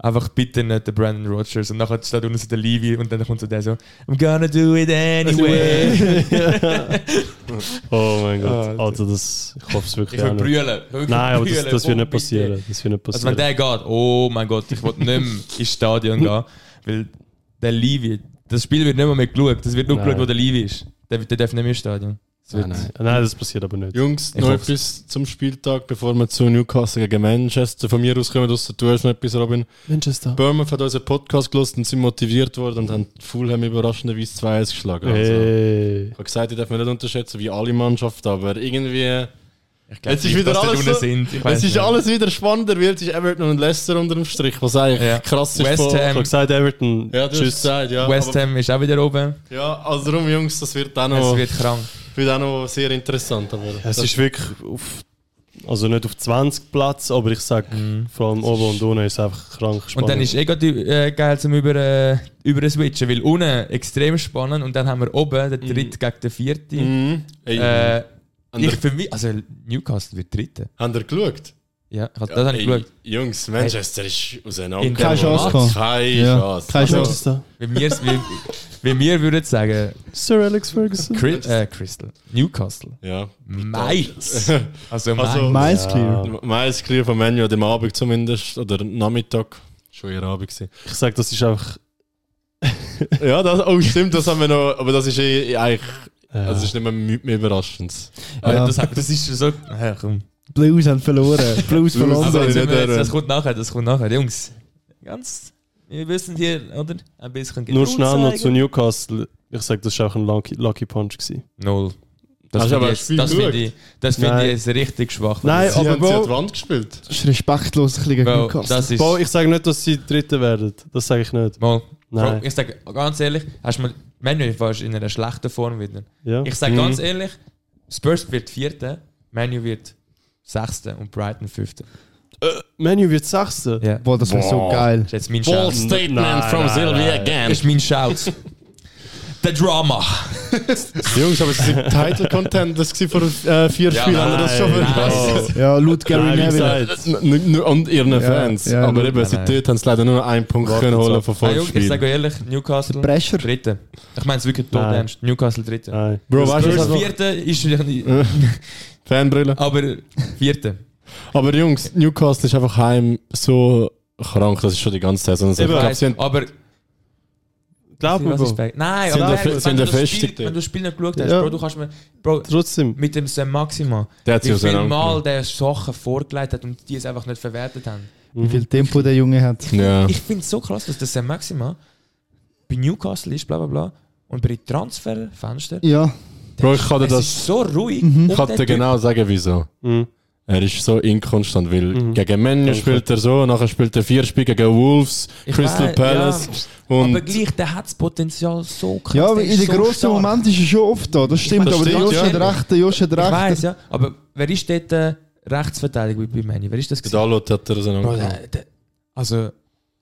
D: Einfach bitte nicht der Brandon Rogers und nachher steht unten so der Levi und dann kommt so der so I'm gonna do it anyway.
F: [LAUGHS] Oh mein Gott.
D: Alter.
F: Also, das, ich hoffe es
D: Ich
F: wirklich
D: will
F: auch nicht.
D: brüllen. Ich will
F: ne. Nein, aber das,
D: brüllen.
F: das wird
D: Oh,
F: nicht
D: bitte.
F: passieren. Das wird nicht
D: Also wenn
F: passieren.
D: der geht, oh mein Gott, ich will nicht mehr ins Stadion gehen, weil der Levi, das Spiel wird nicht mehr mehr geschaut. Das wird nur
F: Nein.
D: geschaut, wo der Levi ist. Der, der darf nicht mehr ins Stadion. Das wird,
E: nein.
F: Nein, das passiert aber nicht.
E: Jungs,
D: Ich
E: noch
D: hoff's.
E: etwas zum Spieltag, bevor wir zu Newcastle gegen Manchester von mir aus kommen, dass du hast noch etwas, Robin.
F: Manchester.
E: Bournemouth hat unseren Podcast gelost und sind motiviert worden und haben Fulham überraschenderweise 2-1 geschlagen. Also,
F: Hey.
E: ich habe gesagt, ich darf mich nicht unterschätzen, wie alle Mannschaften, aber irgendwie...
D: ich glaub
E: Jetzt ist
D: nicht,
E: wieder
D: dass die
E: alles
D: da
E: so,
D: unten sind. Ich weiss
E: Es ist
D: nicht.
E: alles wieder spannender, weil es ist Everton und Leicester unter dem Strich, was eigentlich
D: Ja.
E: krass ist.
D: West
E: von-
F: Ich
D: Ham,
F: habe gesagt, Everton,
E: Ja, du hast
F: tschüss.
E: gesagt, ja.
D: West
E: aber-
D: Ham ist auch wieder oben.
E: Ja, also darum, Jungs, das wird auch
D: Es
E: noch,
D: wird krank.
E: wird auch noch sehr interessant. Aber
F: Es
E: das-
F: ist wirklich auf, also nicht auf 20 Platz, aber ich sage, vor allem oben und unten ist es einfach krank spannend.
D: Und dann ist eh grad die- äh, geil zum über, äh, über switchen, weil unten extrem spannend und dann haben wir oben den dritten gegen den vierten.
E: Mhm. Ey,
D: Äh,
E: haben
D: ich
E: ihr-
D: für mich, also Newcastle wird dritte.
E: haben ihr geschaut?
D: Ja, ich hab- das habe ich
E: Ey,
D: geschaut.
E: Jungs, Manchester ist auseinander.
D: In der
G: Keine Chance
E: Keine
G: gehabt. Ja.
E: Chance.
G: Keine Chance.
F: Manchester.
D: Wenn wir, wie, wie wir würden sagen,
F: Sir Alex Ferguson.
D: Chris, äh, Crystal, Newcastle,
E: Also, Ja. [LAUGHS]
D: Miles.
E: Also-
D: Also, Miles.
G: Miles clear.
E: Meist clear vom Menu an dem Abend zumindest, oder Nachmittag. Schon eher Abend gewesen.
F: Ich sage, das ist einfach.
E: Ja, das, oh stimmt, das haben wir noch, aber das ist eh, eh eigentlich,
F: äh,
E: also das ist nicht mehr, mit- mehr überraschend.
D: Aber
G: Ja.
D: Das, das ist so. Ja, komm.
G: Blues
D: [LAUGHS]
G: haben verloren. Blues von
E: Blues.
D: Also,
E: Sorry,
G: London.
D: jetzt sind
E: nicht
D: wir jetzt,
E: erwähnt.
D: das kommt nachher, das kommt nachher. Jungs, ganz. Wir wissen hier, oder? Ein bisschen
F: Nur
D: Geduld
F: schnell noch
D: zeigen.
F: zu Newcastle. Ich sage, das war auch ein Lucky, Lucky Punch. Gewesen.
D: Null. Das
E: Hast
D: finde
E: aber das
D: ich,
E: Spiel
D: jetzt- das find
E: geschaut?
D: ich, das find ich
F: Nein.
D: jetzt richtig schwach.
F: Nein,
D: das,
E: Sie
F: aber
E: haben sie an die
F: Bro,
E: Wand gespielt.
G: Das ist respektlos ein bisschen gegen
D: weil
G: Newcastle.
D: das ist.
F: Bro, ich sage nicht, dass sie Dritte werden. Das sage ich nicht.
D: mal,
F: Nein.
D: Ich sage ganz ehrlich, hast du mal, Manuel fast in einer schlechten Form wieder.
F: Ja.
D: Ich sage ganz ehrlich, Spurs wird Vierter, Manu wird Sechster und Brighton Fünfter.
F: Menu wird Sechster.
D: Ja.
G: Boah, das wäre so
E: Boah.
G: geil.
D: Das ist jetzt mein
E: Bold
D: Schaut.
E: statement
F: Nein,
E: from
F: nein,
E: Sylvie
F: nein.
E: again.
D: Das ist mein Schaut. Der Drama.
E: Jungs, aber sie [LAUGHS] sind Title Contenders gewesen vor äh, vier
D: Ja,
E: Spielen. Haben wir das schon
F: nein, [LAUGHS]
E: verpasst?
G: Ja, laut Gary
F: Nein, wie
G: Neville.
F: gesagt.
E: N- n- nur Und ihren Fans.
G: ja,
E: aber
G: nein,
E: eben, sie dort haben sie leider nur noch einen Punkt
F: Warten
E: können
F: Sie
E: holen
F: ab.
E: von
D: Nein,
E: fünf
D: Ah, Jungs, ich
E: Spielen.
D: sage ehrlich, Newcastle
G: Pressure.
D: Dritter. Ich meine es wirklich tot
F: Nein.
D: ernst. Newcastle Dritter.
F: Nein.
E: Bro, weißt du,
D: Spurs
E: was-
D: Vierter ist
E: Fanbrille.
D: aber Vierter.
E: Aber Jungs, Newcastle ist einfach heim so krank, das ist schon die ganze Saison. so. Ich
F: Eben.
E: glaube, sie haben
D: aber
F: Glaub mir,
D: was ist
F: Bro.
D: bei- Nein,
E: Sie
D: aber
E: haben
D: ehrlich,
E: der-
D: wenn,
E: sie haben
D: du
E: der
D: das
E: Festung
D: Spiel, wenn du das Spiel nicht geschaut hast,
F: Ja.
D: Bro, du kannst mir. Bro,
F: Trotzdem.
D: mit dem Sam Maxima,
E: Der hat sich
D: wie viel
E: auseinandergenommen.
D: Mal der Sachen vorgelegt hat und die es einfach nicht verwertet haben.
G: Wie viel Tempo der Junge hat.
E: Ja.
D: Ich finde es so krass, dass der Sam Maxima bei Newcastle ist, bla bla bla, und bei den Transferfenster.
G: Ja,
E: Bro, ich kann dir
D: Es
E: das
D: ist so ruhig.
E: ich kann dir genau sagen, wieso.
F: Mhm.
E: Er ist so inkonstant, weil
F: Mhm.
E: gegen Menu spielt er so, nachher spielt er vier Spiele gegen Wolves,
D: Ich
E: Crystal
D: weiß,
E: Palace und
D: aber gleich, der hat das Potenzial so krass.
G: ja
D: der
G: in
D: ist
G: den
D: so
G: grossen
D: stark.
G: Moment ist er schon oft da, das stimmt.
D: meine, das
G: aber der
D: stimmt,
G: Josh
D: ja.
G: hat recht, der Josh hat
D: Ich
G: recht.
D: weiß, ja. Aber wer ist dort äh, Rechtsverteidiger bei Manny? Wer ist das? gewesen?
E: Dalot hat er
D: Bro,
E: auseinander.
D: der, der, also,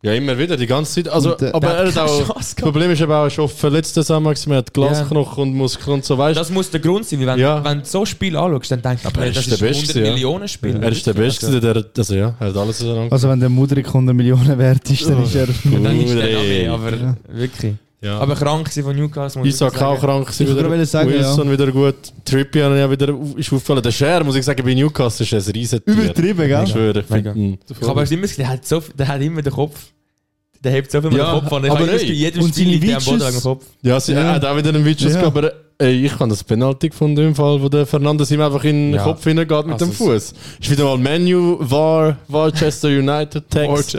E: Ja, immer wieder, die ganze Zeit. Also,
G: Und, äh,
E: aber
D: der
E: er
D: hat
E: hat
D: keine
E: auch.
D: Chance
E: Das
D: gehabt.
E: Problem ist eben auch, er ist oft verletzt zusammen, gewesen, er hat Glasknochen und Muskeln und so weiter.
D: Das muss der Grund sein, weil wenn,
E: Ja.
D: wenn du so ein Spiel anschaust, dann denkst du,
E: Aber er
D: ey,
E: ist
D: das
E: der
D: ist ein
E: Beste,
D: 100
E: ja.
D: Millionen Spiel.
E: Er ist der Beste,
D: Also,
E: der. Also, ja, er hat alles auseinander.
G: Also wenn der Mudrik 100 Millionen wert ist, dann ist er...
D: dann ist der
E: Ure.
D: Name, aber
G: Ja.
D: wirklich.
E: Ja.
D: Aber krank gewesen von Newcastle. muss ich
E: Isaac
D: sagen.
E: auch krank gewesen
G: Ich wollte
E: wieder.
G: gerade sagen,
E: Wilson wieder gut. Trippier ja wieder au- ist aufgefallen. Der Scher, muss ich sagen, bei Newcastle ist ein riesen
G: Übertrieben,
E: Ich Mhm.
G: gell?
E: schwöre. ich
D: Mega.
E: finde-
D: Ich habe erst immer gesehen, der hat, so, viel- der hat immer den Kopf. Der hebt so viel mit
E: Ja,
D: dem Kopf an. Ich
E: aber
D: habe immer das
E: ey,
D: Gefühl, jedem
G: und
D: Spiel
G: seine
D: liegt der am Boden
G: Witches-
D: am Kopf.
E: Ja, sie
G: Ja.
E: hat auch wieder einen Witsch
G: Ja.
E: aber ey, ich kann das Penalty gefunden im Fall, wo der Fernandes ihm einfach in den
D: Ja.
E: Kopf hineingeht mit
D: Also
E: dem
D: es-
E: Fuß. Ist wieder mal Menu, War, Warchester United, Text.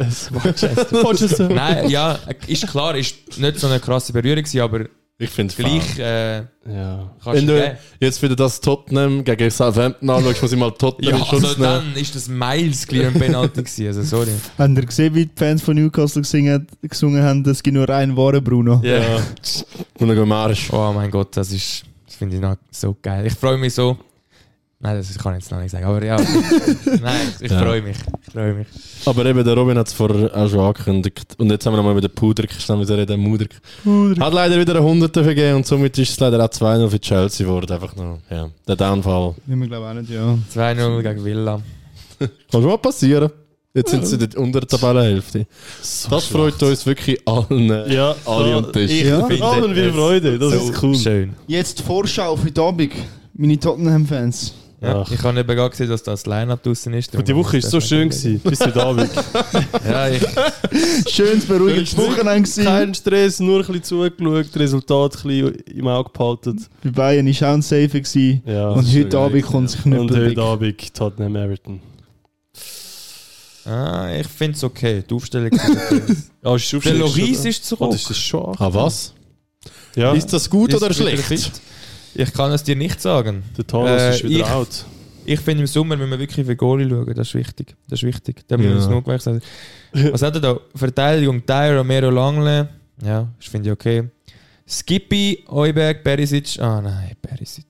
E: Warchester.
D: Nein, ja, ist klar, ist nicht so eine krasse Berührung gewesen, aber
E: Ich finde es
D: gleich äh,
F: Ja.
D: kannst
E: Wenn
D: du
E: du
D: geben.
E: jetzt wieder das Tottenham gegen Southampton anschaust, muss ich mal Tottenham
D: Ja,
E: in Schutz
D: also
E: nehmen.
D: dann ist das Miles gleich ein Penalty gewesen, also sorry.
G: Habt ihr gesehen, wie die Fans von Newcastle gesungen, gesungen haben, es gibt nur einen wahren Bruno?
E: Ja. Und dann gehen wir Marsch.
D: Oh mein Gott, das ist, das finde ich noch so geil. Ich freue mich so. Nein, das kann ich jetzt noch nicht sagen, aber ja. [LAUGHS] Nein, ich
E: Ja.
D: freue mich. Ich freue mich.
E: Aber eben, der Robin hat es vorher auch schon angekündigt. Und jetzt haben wir nochmal über den Pudrik, schnell wieder reden, Mudrik. Hat leider wieder einen Hunderter vergeben und somit ist es leider auch 2-0 für Chelsea geworden. Einfach noch, ja, der Downfall.
G: Nehmen wir glaube ich auch nicht, ja.
D: 2-0 gegen Villa.
E: Kann schon mal passieren. Jetzt sind sie dort unter der Tabellenhälfte. das freut uns wirklich allen.
F: Ja,
E: Alle am Tisch.
F: Ich
G: Ja.
F: finde allen wir
D: es
F: Freude, das
D: so
F: ist cool.
D: Schön.
G: Jetzt die Vorschau für die Abend. Meine Tottenham-Fans.
D: Ja,
F: Ach.
D: ich habe eben gar gesehen, dass das Line-Up draußen ist.
F: Und die Woche war so schön, gewesen, bis heute Abend.
D: Ja, ich,
G: [LAUGHS] Schönes, beruhigendes
F: Schönes
G: Wochenende gewesen.
F: Kein Stress, nur ein bisschen zugeschaut, Resultat ein bisschen im Auge behalten.
G: Bei Bayern war auch ein Safe. Gewesen.
F: Ja.
G: Und
F: Und,
G: heute Abend kommt sich nicht
F: heute
G: mehr
F: Abend Tottenham Everton.
D: ah, ich finde es okay. Die Aufstellung ist okay.
F: [LAUGHS] Ja, ist
D: Der Loris ist
F: Oh,
D: zurück.
F: das ist schon
E: Ah, was?
F: Ja,
E: Ist das gut
D: Ist
E: oder
D: wieder
E: schlecht?
D: fit. Ich kann es dir nicht sagen.
F: der Thanos
D: Äh,
F: ist wieder
D: ich-
F: out.
D: Ich finde, im Sommer müssen wir wirklich für Goalie schauen. Das ist wichtig. Das ist wichtig. Da haben wir
E: Ja.
D: uns noch gewechselt. Was hat er da? Verteidigung, Dyer, Romero, Langle. Ja, das finde ich okay. Skippy, Heuberg, Perisic. Ah nein, Perisic.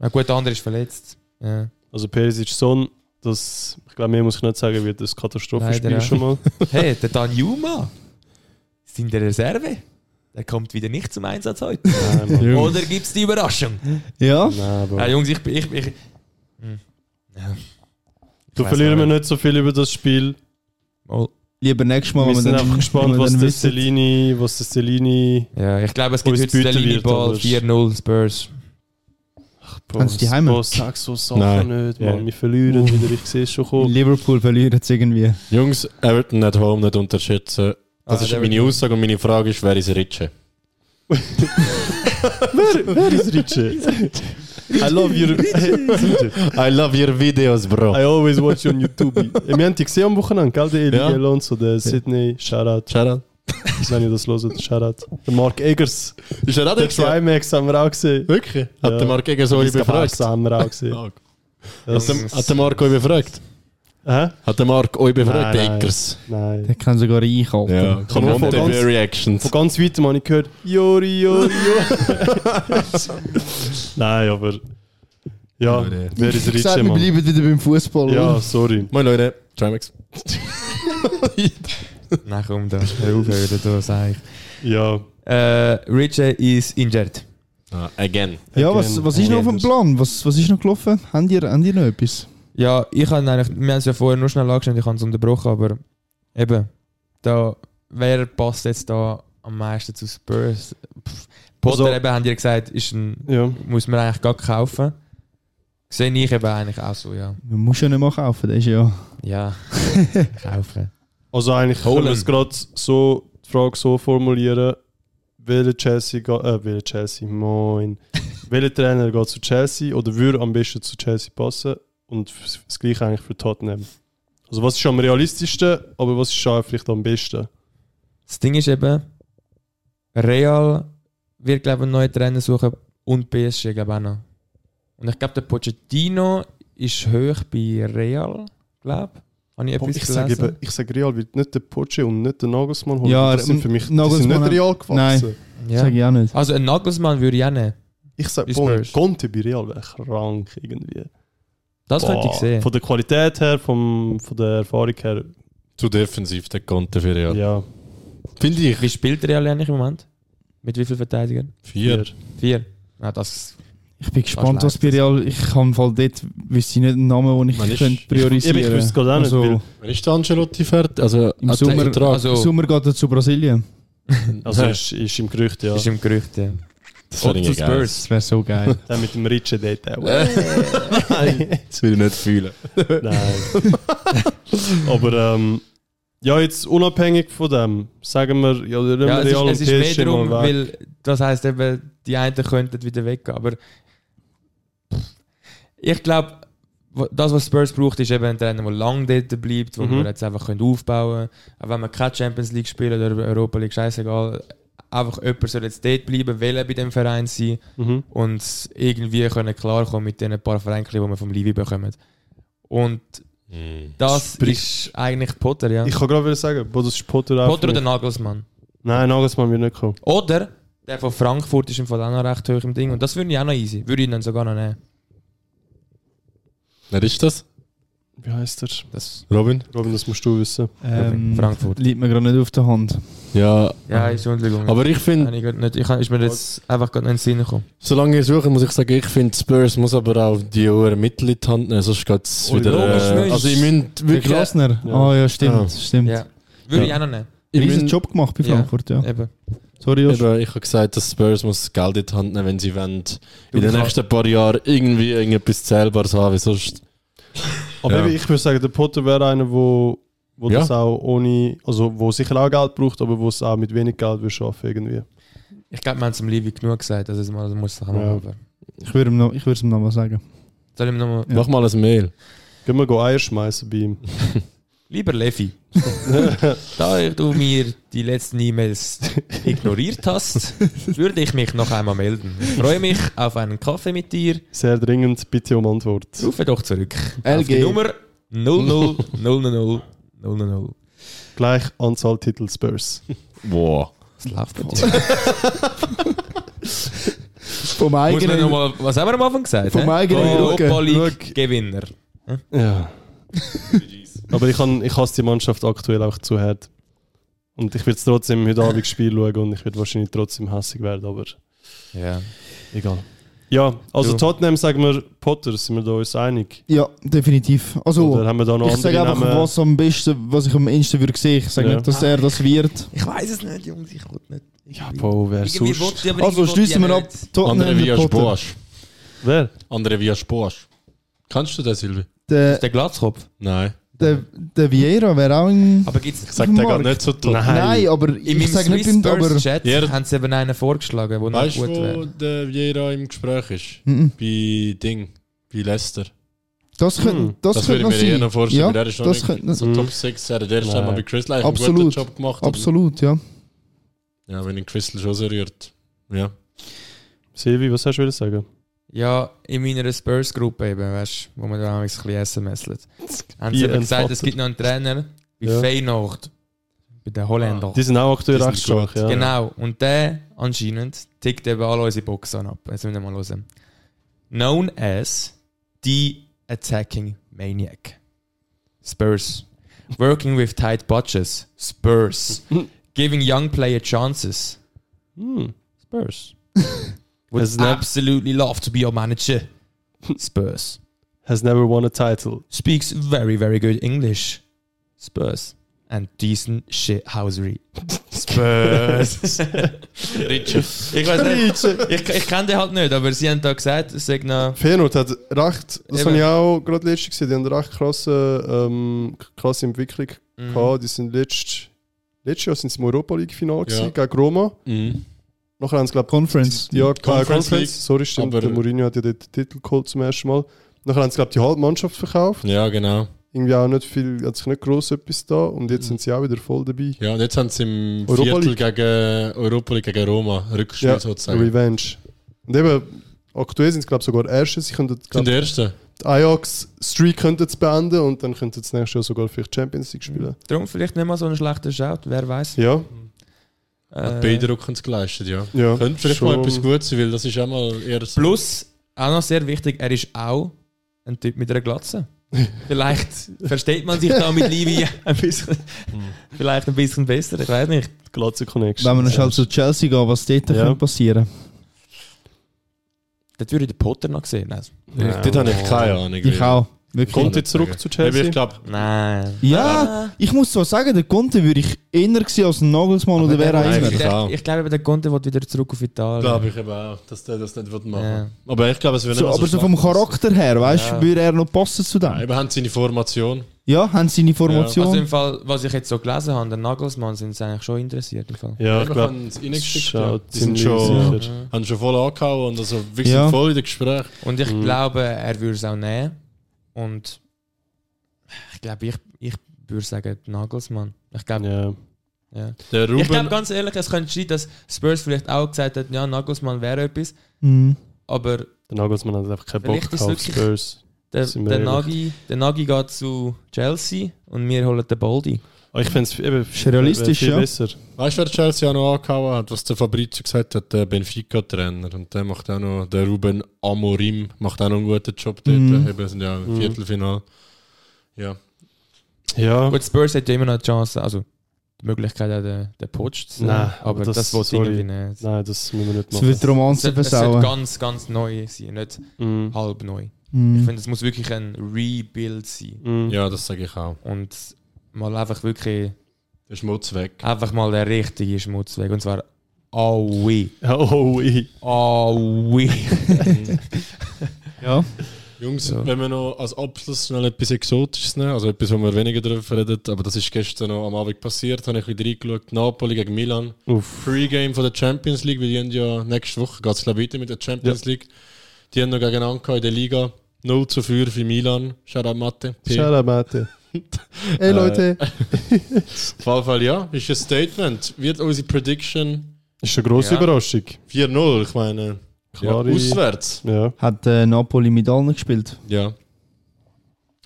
D: Na gut, der andere ist verletzt. Ja.
F: Also Perisic Son, das, ich glaube, mehr muss ich nicht sagen, wird das Katastrophenspiel
D: Leider, ja.
F: schon mal.
D: Hey, der Danjuma. Ist in der Reserve. Der kommt wieder nicht zum Einsatz heute.
F: Nein, Mann.
E: Jungs.
D: Oder gibt es die Überraschung?
G: Ja?
F: Nein, Bro.
D: Ja, Jungs, ich bin. Ich, ich, Hm. ja.
F: Du
D: weiss
F: verlieren
D: auch
F: wir
D: nicht.
F: nicht so viel über das Spiel.
D: Mal-
G: Lieber nächstes Mal,
F: Wir
G: wenn
F: sind
G: dann-
F: einfach
G: wenn
F: gespannt,
G: wir
F: was
G: dann
F: der
G: wissen.
F: Celini, was der Celini.
D: Ja, ich glaube, es
F: Wo
D: gibt
F: es
D: heute
F: gebütet
D: Stellini
F: wird,
D: Ball
F: aber es-
D: 4-0 Spurs.
F: Bro,
G: Haben sie die Heime?
F: Bro, sag so Sachen
E: Nein.
F: nicht,
E: Ja.
F: Mann. Wir verlieren wieder, ich sehe es schon
G: In
F: kommen.
G: Liverpool verlieren es irgendwie.
E: Jungs, Everton at home nicht unterschätzen. Das
D: Ah,
E: ist
D: der
E: meine Aussage und meine Frage ist, wer ist Ritsche?
F: Wer ist Richie? I love your.
E: I love your videos, bro.
F: I always watch you on YouTube. Äh, Wir haben die gesehen am Wochenende, gell? Der Eli
E: Ja.
F: e Alonso, der Sydney, Shoutout.
E: Gerard.
F: Wenn ihr das hört, Shoutout. Der Mark Eggers.
E: Ist er auch
F: Der
E: der gewesen?
F: Trimax haben wir auch gesehen.
E: Wirklich? Hat
F: Ja.
E: der Marco gegen so
F: Das
E: befragt?
G: Oh,
F: haben wir auch gesehen.
E: Hat
F: Das,
E: der- hat der Marco ihn befragt?
F: Hä?
E: Hat der Marc euch befragt,
F: Nein, nein.
E: Bakers?
F: Nein.
G: Der kann sogar einkaufen.
E: Ja,
F: Kann man
E: kommt
F: von ganz-
E: Reactions.
F: Von ganz weitem habe ich gehört, Jori, Jori,
G: [LAUGHS]
F: Jori. Nein, aber. Ja,
E: Leute.
F: wer ist
G: Ich sag,
F: Ritsche,
G: wir
F: Mann?
G: bleiben wieder beim Fußball.
F: Ja,
G: oder?
F: sorry.
E: Moin Leute, Trimax.
D: Nein, komm [LAUGHS] da. Hör auf, hör da, sag ich.
F: Ja.
D: Äh, Richie is injured.
E: Ah, again.
G: ja
F: again,
G: was, was ist noch auf dem
F: again.
G: Plan? Was, was ist noch gelaufen? Habt ihr, habt ihr noch etwas?
D: Ja, ich habe eigentlich, wir haben es ja vorher nur schnell angeschaut, ich habe es unterbrochen, aber eben, da, wer passt jetzt da am meisten zu Spurs? Pff, Potter
F: Also-
D: eben, haben die gesagt, ist ein,
F: Ja.
D: muss man eigentlich gar kaufen. Sehe ich eben eigentlich auch so, ja.
G: Man muss ja nicht mal kaufen, das ist ja.
D: [LAUGHS] Ja, kaufen.
F: Also eigentlich können wir
E: Holen.
F: es gerade so, die Frage so formulieren, welcher Chelsea geht, äh, welcher Chelsea, [LAUGHS] moin. welcher Trainer geht zu Chelsea oder würde am besten zu Chelsea passen und f- das gleiche eigentlich für Tottenham. Also was ist am realistischsten, aber was ist auch vielleicht am besten?
D: Das Ding ist eben, Real wird, glaube ich, einen neuen Trainer suchen und PSG, glaube ich, auch noch. Und ich glaube, der Pochettino ist hoch bei Real, glaube ich. Habe ich etwas
F: ich sage
D: gelesen?
F: eben, ich sage Real wird nicht der Poche und nicht der Nagelsmann holen.
G: Ja,
F: das sind für mich die sind
G: Nagelsmann
F: nicht
G: hat-
F: Real gewachsen.
D: Ja.
G: Sag ich auch nicht.
D: Also ein Nagelsmann würde ich auch nehmen.
F: Ich sage,
D: Wie
F: boah,
D: Spurs.
F: Conte bei Real wäre krank irgendwie.
D: Das könnte
F: Boah,
D: ich sehen.
F: Von der Qualität her, vom, von der Erfahrung her,
E: Zu defensiv, der Conte für Real.
F: ja.
E: Finde ich.
D: Wie spielt Real eigentlich im Moment? Mit wie vielen Verteidigern?
E: Vier.
D: Vier. Ja, das
G: Ich bin gespannt,
D: schlecht.
G: was bei Real. Ich kann im Fall dort, wüsste ich nicht einen Namen, den ich
E: Man ist-
G: könnte
F: Ich,
G: priorisieren
F: ich wüsste es gerade auch
G: also,
F: nicht, weil
E: Wann ist der Ancelotti fertig? Also
G: Im
E: hat der
G: Sommer-
E: Vertrag?
D: also-
G: Im Sommer geht er zu Brasilien.
F: Also
E: Ja.
F: ist, ist im Gerücht, ja.
D: ist im Gerücht, ja.
E: das wäre
D: zu
E: irgendwie geil. [LAUGHS]
G: Das wäre so geil.
F: Der mit dem Ritschen dort auch.
E: Nein, das will ich nicht fühlen.
F: Nein. Aber ähm, ja, jetzt unabhängig von dem, sagen wir, ja, lassen wir
D: Ja, es
F: Real
D: ist, es ist mehr
F: und PSG
D: darum,
F: mal weg.
D: weil das heisst eben, die einen könnten wieder weggehen, aber pff, ich glaube, das, was Spurs braucht, ist eben ein Trainer, der lange dort bleibt, wo
F: Mhm.
D: wir jetzt einfach können aufbauen können. Auch wenn wir keine Champions League spielen oder Europa League, scheißegal. Einfach jemand soll jetzt dort bleiben, will er bei dem Verein sein.
F: Mhm.
D: und irgendwie können klarkommen mit den paar Fränkchen, die wir vom Levi bekommen. Und
E: Hmm.
D: das
F: Sprich-
D: ist eigentlich Potter, ja.
F: Ich kann gerade wieder sagen, boah, das ist Potter auch.
D: Potter
F: für
D: oder
F: mich.
D: Nagelsmann.
F: Nein, Nagelsmann wird nicht kommen.
D: Oder der von Frankfurt ist im Fall auch noch recht hoch im Ding. Und das würde ich auch noch easy. Würde ich dann sogar noch nehmen.
E: Wer ist das?
F: Wie heißt er?
D: Das
E: Robin?
F: Robin, das musst du wissen.
G: Ähm,
D: Frankfurt.
G: Liegt mir gerade nicht auf der Hand.
E: Ja,
D: Ja, ist Entschuldigung.
E: aber ich finde,
D: Nein, ich, grad nicht, ich kann- ist mir jetzt einfach gerade nicht in den Sinn gekommen.
E: solange ihr sucht, muss ich sagen, ich finde, Spurs muss aber auch die hohen Mittel in die Hand nehmen, sonst geht es
F: Oh,
E: wieder...
D: logisch,
E: Äh,
D: logisch.
E: also ich müsst
G: Der
E: wirklich...
G: Glasner.
F: Ja.
G: Ah ja. stimmt.
E: Ah.
G: stimmt.
D: Ja.
E: Ja.
D: Würde ich auch noch nehmen.
E: Ich
G: Riesen
E: müsst-
G: Job gemacht bei
D: Ja.
G: Frankfurt, ja.
D: Eben.
G: Sorry, Josh.
E: Eben, ich habe gesagt, dass Spurs muss Geld in die Hand nehmen, wenn sie wollen, in den
D: klar.
E: nächsten paar Jahren irgendwie irgendetwas Zählbares haben, weil sonst...
F: Aber
E: Ja.
F: eben, ich würde sagen, der Potter wäre einer, wo, wo
E: Ja.
F: das auch ohne, also wo sicher auch Geld braucht, aber wo es auch mit wenig Geld würde schaffen irgendwie.
D: Ich glaube, wir haben es dem Levi genug gesagt. Also, das muss ich auch
F: Ja.
D: mal ja.
G: Ich würde ihm noch- ich würde es ihm nochmal sagen.
D: Soll ich ihm nochmal.
G: Ja.
E: Mach mal ein Mail.
F: Gehen wir go Eier schmeißen bei ihm.
E: [LAUGHS]
D: Lieber Levi, da du mir die letzten E-Mails ignoriert hast, würde ich mich noch einmal melden. Ich freue mich auf einen Kaffee mit dir.
F: Sehr dringend, bitte um Antwort.
D: Rufe doch zurück. Auf die Nummer 0000000.
F: Gleich Anzahl Titel Spurs.
E: Wow.
D: Das läuft bei dir.
G: Vom
D: Muss man noch mal, was haben wir am Anfang gesagt?
G: Vom
D: hä?
G: eigenen
D: Europa
G: Rücken.
D: League Gewinner.
F: [LAUGHS] Ja. Aber ich, kann, ich hasse die Mannschaft aktuell auch zu hart. Und ich werde trotzdem heute Abend Spiel schauen und ich werde wahrscheinlich trotzdem hässig werden, aber
D: Ja.
F: egal. Ja, also
D: Du.
F: Tottenham sagen wir Potter, sind wir da uns einig?
G: Ja, definitiv. Also,
F: Oder haben wir da noch
G: ich sage
F: andere
G: einfach,
F: Namen?
G: was am besten, was ich am ehesten würde sehen. Ich sage
F: Ja.
G: nicht, dass er das wird.
D: Ich weiß es nicht, Jungs. Ich wollte nicht. Ja,
F: Boah, wer
D: irgendwie
F: sonst?
D: wollte ich, aber
G: Also
D: irgendwie
G: schließen wir
D: wollte ich
G: ab.
D: auch nicht.
E: Andere
G: Tottenham, der
E: Vias
G: Potter.
E: Boas.
F: Wer?
E: Andere Vias Boas. Kannst du das, Silvi?
G: Der,
D: Der Glatzkopf.
E: Nein.
G: der, der Vieira wäre auch ein...
D: Aber gibt's es
E: Sag
G: Mark.
E: der geht nicht so tot.
F: Nein.
G: Nein, aber
D: in
G: ich
D: meinem
G: sage
D: Swiss
G: nicht, aber...
D: Spurs Chat
E: Ja.
D: haben sie eben einen vorgeschlagen, der noch
E: Weißt du,
D: gut
E: wo
D: wäre.
E: der Vieira im Gespräch ist?
G: Mhm.
E: Bei Ding, bei Leicester.
G: Das könnte
F: Hm.
G: das
E: Das,
G: könnte
E: würde
G: noch
E: ich mir eher
G: sein.
E: noch vorstellen.
G: Ja,
E: weil der ist
G: das
E: noch
G: könnte-
E: nicht so
F: Mhm.
E: Also Top 6. Er hat erst einmal
F: Nein.
E: bei Crystal einen
G: Absolut.
E: guten Job gemacht. und-
G: Absolut, ja.
E: Ja, wenn ihn Crystal schon so rührt. Ja.
F: Silvi, was hast du wieder sagen?
D: Ja, in meiner Spurs-Gruppe eben, weißt du, wo man da auch ein bisschen SMSlet. Haben sie
F: Bier
D: eben gesagt,
F: entfacht.
D: es gibt noch einen Trainer bei
F: Ja.
D: Feyenoord, bei den Holländern.
F: Die sind auch aktuell
E: Die sind
F: recht stark,
E: gut.
F: ja.
D: Genau, und der anscheinend tickt eben alle unsere Boxen ab. Jetzt müssen wir mal hören. Known as the attacking maniac. Spurs. Working with tight budgets. [LAUGHS] Spurs. Giving young player chances.
F: Hm.
D: Spurs.
F: Has,
D: Would
F: ne
D: absolutely love to be your manager. Spurs.
F: has never won a title.
D: Speaks very, very good English. Spurs. And decent [LAUGHS] shithousery. Spurs. Richard. [LAUGHS] Ich weiß nicht. [LAUGHS] Ich, ich kenne den halt nicht, aber sie haben da gesagt, es sei noch.
F: Feyenoord hat recht, das
D: Eben.
F: habe ich auch gerade letztens gesehen, die haben recht krasse, ähm, krasse Entwicklung
D: mm, Mhm.
F: gehabt. Die sind letzt, letztes Jahr sind sie im Europa League-Final
E: Ja.
F: gewesen, gegen Roma.
E: Mhm.
F: Nachher haben sie, glaube
G: Conference.
F: Ja, Conference,
E: Conference
F: Conference
E: League.
F: sorry, stimmt.
E: Aber-
F: der Mourinho hat ja den Titel geholt zum ersten Mal. Nachher haben sie, glaube ich, die halbe Mannschaft verkauft.
E: Ja, genau.
F: Irgendwie auch nicht viel, hat sich nicht gross etwas da. Und jetzt sind sie auch wieder voll dabei.
E: Ja, und jetzt haben sie im
F: Europa
E: Viertel
F: League.
E: gegen Europa League gegen Roma Rückspiel
F: Ja,
E: sozusagen.
F: Revenge. Und eben, aktuell sind sie, glaube ich, sogar Erste. Sie könnten,
E: Sind
F: glaube
E: die Ersten.
F: die Ajax-Streak könnten sie beenden und dann könnten sie nächstes Jahr sogar vielleicht Champions League spielen.
D: Darum vielleicht nicht mal so einen schlechten Shout, wer weiß.
F: Ja,
E: Hat
D: Äh,
E: beeindruckend geleistet, ja.
F: ja.
E: Könnte vielleicht
F: Schon-
E: mal etwas gut sein, weil das ist auch mal eher so.
D: plus, auch noch sehr wichtig, er ist auch ein Typ mit einer [LAUGHS] Glatze. Vielleicht versteht man sich da mit [LAUGHS] Livi ein bisschen, Hm. vielleicht ein bisschen besser, ich weiß nicht.
F: Glatze Connection.
G: Wenn wir noch schnell zu Chelsea gehen, was dort
F: Ja.
G: könnte passieren
D: Das würde ich den Potter noch sehen. also. Nein.
E: Ja. Dort habe ich keine Ahnung.
G: Ich auch. Wirklich.
F: Kommt jetzt zurück zu
E: Eben,
F: Chelsea?
E: ich glaube,
D: Nein.
G: Ja, ich muss zwar sagen, der Conte würde ich eher gewesen als ein Nagelsmann oder wer auch
E: nein,
G: immer.
E: ich-
D: Ich, ich glaube, der Conte wird wieder zurück auf Italien.
E: glaube ich eben auch, dass der das nicht wird machen Aber ich glaube, es wird nicht
G: So,
E: mal
G: aber so
E: schlecht
G: vom Charakter her, weißt du,
D: Ja.
G: würde er noch passen zu
E: sein.
G: dem?
E: Eben haben sie seine Formation.
G: Ja, haben sie seine
D: Also
G: Formation.
D: im Fall, was ich jetzt so gelesen habe, der Nagelsmann sind sie eigentlich schon interessiert. Im Fall.
F: Ja,
E: Eben
F: glaub,
E: haben sie
F: es
E: reingeschickt. ja.
F: schaut
E: Die sind
F: ziemlich
E: schon,
F: sicher.
E: haben schon voll angehauen und also wirklich
G: Ja.
E: sind voll in den Gesprächen.
D: Und
F: Mhm.
D: ich glaube, er würde es auch nehmen. Und ich glaube, ich, ich würde sagen, Nagelsmann. Ich glaube,
F: Ja.
D: ja.
E: Der
D: ich glaube
E: Ruben,
D: ganz ehrlich, es könnte sein, dass Spurs vielleicht auch gesagt hat, ja, Nagelsmann wäre etwas,
G: Mhm.
D: aber
F: Der Nagelsmann hat einfach keinen Bock
D: Vielleicht ist
F: gehabt auf
D: wirklich-
F: Spurs.
D: der,
F: Sind wir ehrlich?
D: der, Nagi, der Nagi geht zu Chelsea und wir holen den Baldi.
F: Aber ich fände es eben ist
G: realistisch,
F: viel
G: ja.
F: besser.
E: weißt du, wer Chelsea auch noch angehauen hat? Was der Fabrizio gesagt hat, der Benfica-Trainer. Und der macht auch noch, der Ruben Amorim macht auch noch einen guten Job dort.
G: Mhm.
E: Eben, sind ja im Viertelfinale. Ja.
F: Ja.
D: Gut, Spurs hat ja immer noch die Chance, also die Möglichkeit, auch den, den Putsch zu nehmen,
F: Nein,
D: aber das, das wollte ich
F: sorry.
D: irgendwie nicht.
F: Nein, das müssen wir nicht
G: Es
F: machen.
G: wird die
D: Es
G: Romanze
D: sollte es sollte
G: versauen.
D: ganz, ganz neu sein, nicht
F: Mhm.
D: halb neu. Ich
G: Mhm.
D: finde, es muss wirklich ein Rebuild sein.
F: Mhm.
E: ja, das sage ich auch.
D: und mal einfach wirklich
E: Der Schmutz weg.
D: einfach mal der richtige Schmutz weg und zwar alle
F: Ja, Oh, ich.
D: alle
G: Ja.
E: Jungs,
D: Ja.
E: wenn wir noch als Abschluss schnell etwas Exotisches nehmen, also etwas, wo wir weniger darüber reden, aber das ist gestern noch am Abend passiert, habe ich wieder reingeschaut. Napoli gegen Milan.
F: Uff.
E: Pre-Game von der Champions League, weil die haben ja nächste Woche, geht es glaube ich weiter mit der Champions League. Die haben noch gegeneinander gehabt in der Liga. 0 zu 4 für Milan. Shoutout Matte. P.
F: Schade, Mate. Hey Leute.
E: Auf jeden Fall, ja. Ist ein Statement. Wird unsere Prediction
F: Ist eine grosse
D: Ja.
F: Überraschung.
E: 4-0, ich meine. Ja,
F: Klare-
E: auswärts.
F: Ja.
G: Hat äh, Napoli mit allen gespielt?
E: Ja.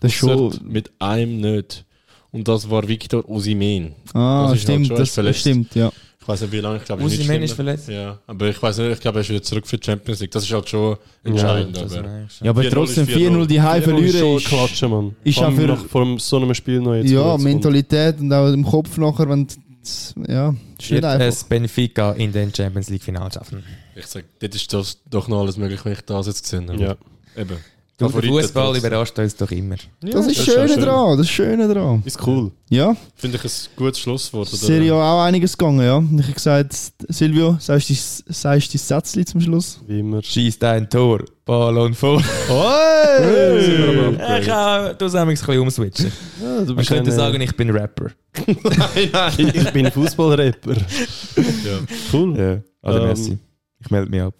G: Das ist schon.
E: Auswärts Mit einem nicht. Und das war Victor Osimhen.
G: Ah,
E: Das ist halt
G: stimmt,
E: schon
G: das, das
E: verletzt.
G: stimmt, ja.
E: Ich weiß nicht, wie lange, ich glaube,
D: Osimhen
E: nicht
D: ist verletzt.
E: Ja, aber ich weiß nicht, ich glaube, er ist wieder zurück für die Champions League. Das ist halt schon entscheidend.
D: Das
E: aber.
D: ist
G: Ja, aber
E: 4-0 ist
G: trotzdem
E: 4-0.
G: 4-0 die Heim verlieren
F: ist
G: ist.
F: schon klatschen, Mann.
G: ist
F: Vor allem
G: auch für-
F: nach- vor allem so einem Spiel noch jetzt. wo
G: Ja,
F: jetzt
G: Mentalität und auch im Kopf nachher, wenn. d- Ja, ist nicht
D: Wird
G: einfach.
D: es Benfica in den Champions League Final schaffen.
E: Ich sage, dort ist das doch noch alles möglich, wenn ich das jetzt gesehen habe.
F: kommt. Ja.
E: Eben.
D: Du, der
E: Favoriten
D: Fußball
E: trotzdem.
D: überrascht uns doch immer.
E: das
G: Das ist
E: ist auch
G: Schöne
E: schön.
G: dran, das ist Schöne dran.
F: Ist cool.
G: Ja,
E: Finde ich ein gutes Schlusswort. oder?
G: Serie A auch einiges gegangen, ja. Ich habe gesagt, Silvio, sagst du sagst dein Sätzchen zum Schluss?
F: Wie immer.
D: Schießt ein Tor, Ballon vor. [LAUGHS]
F: Hey!
D: Ich kann du ein bisschen umswitchen.
F: Ja, du
D: Man
F: bist
D: könnte
E: äh,
F: eine-
D: sagen, ich bin Rapper.
E: [LAUGHS]
F: ich bin Fußballrapper.
E: Ja.
F: Cool.
D: Also
F: Ähm,
D: Messi. Ich melde mich ab.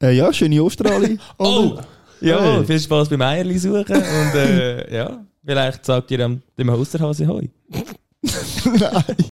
G: Äh, ja,
E: [LAUGHS]
G: schöne Australien.
D: Oh! Jawohl,
F: Hey.
D: viel Spaß beim Eierli suchen und äh, ja, vielleicht sagt ihr dem, dem Hausterhase Hoi.
G: Nein.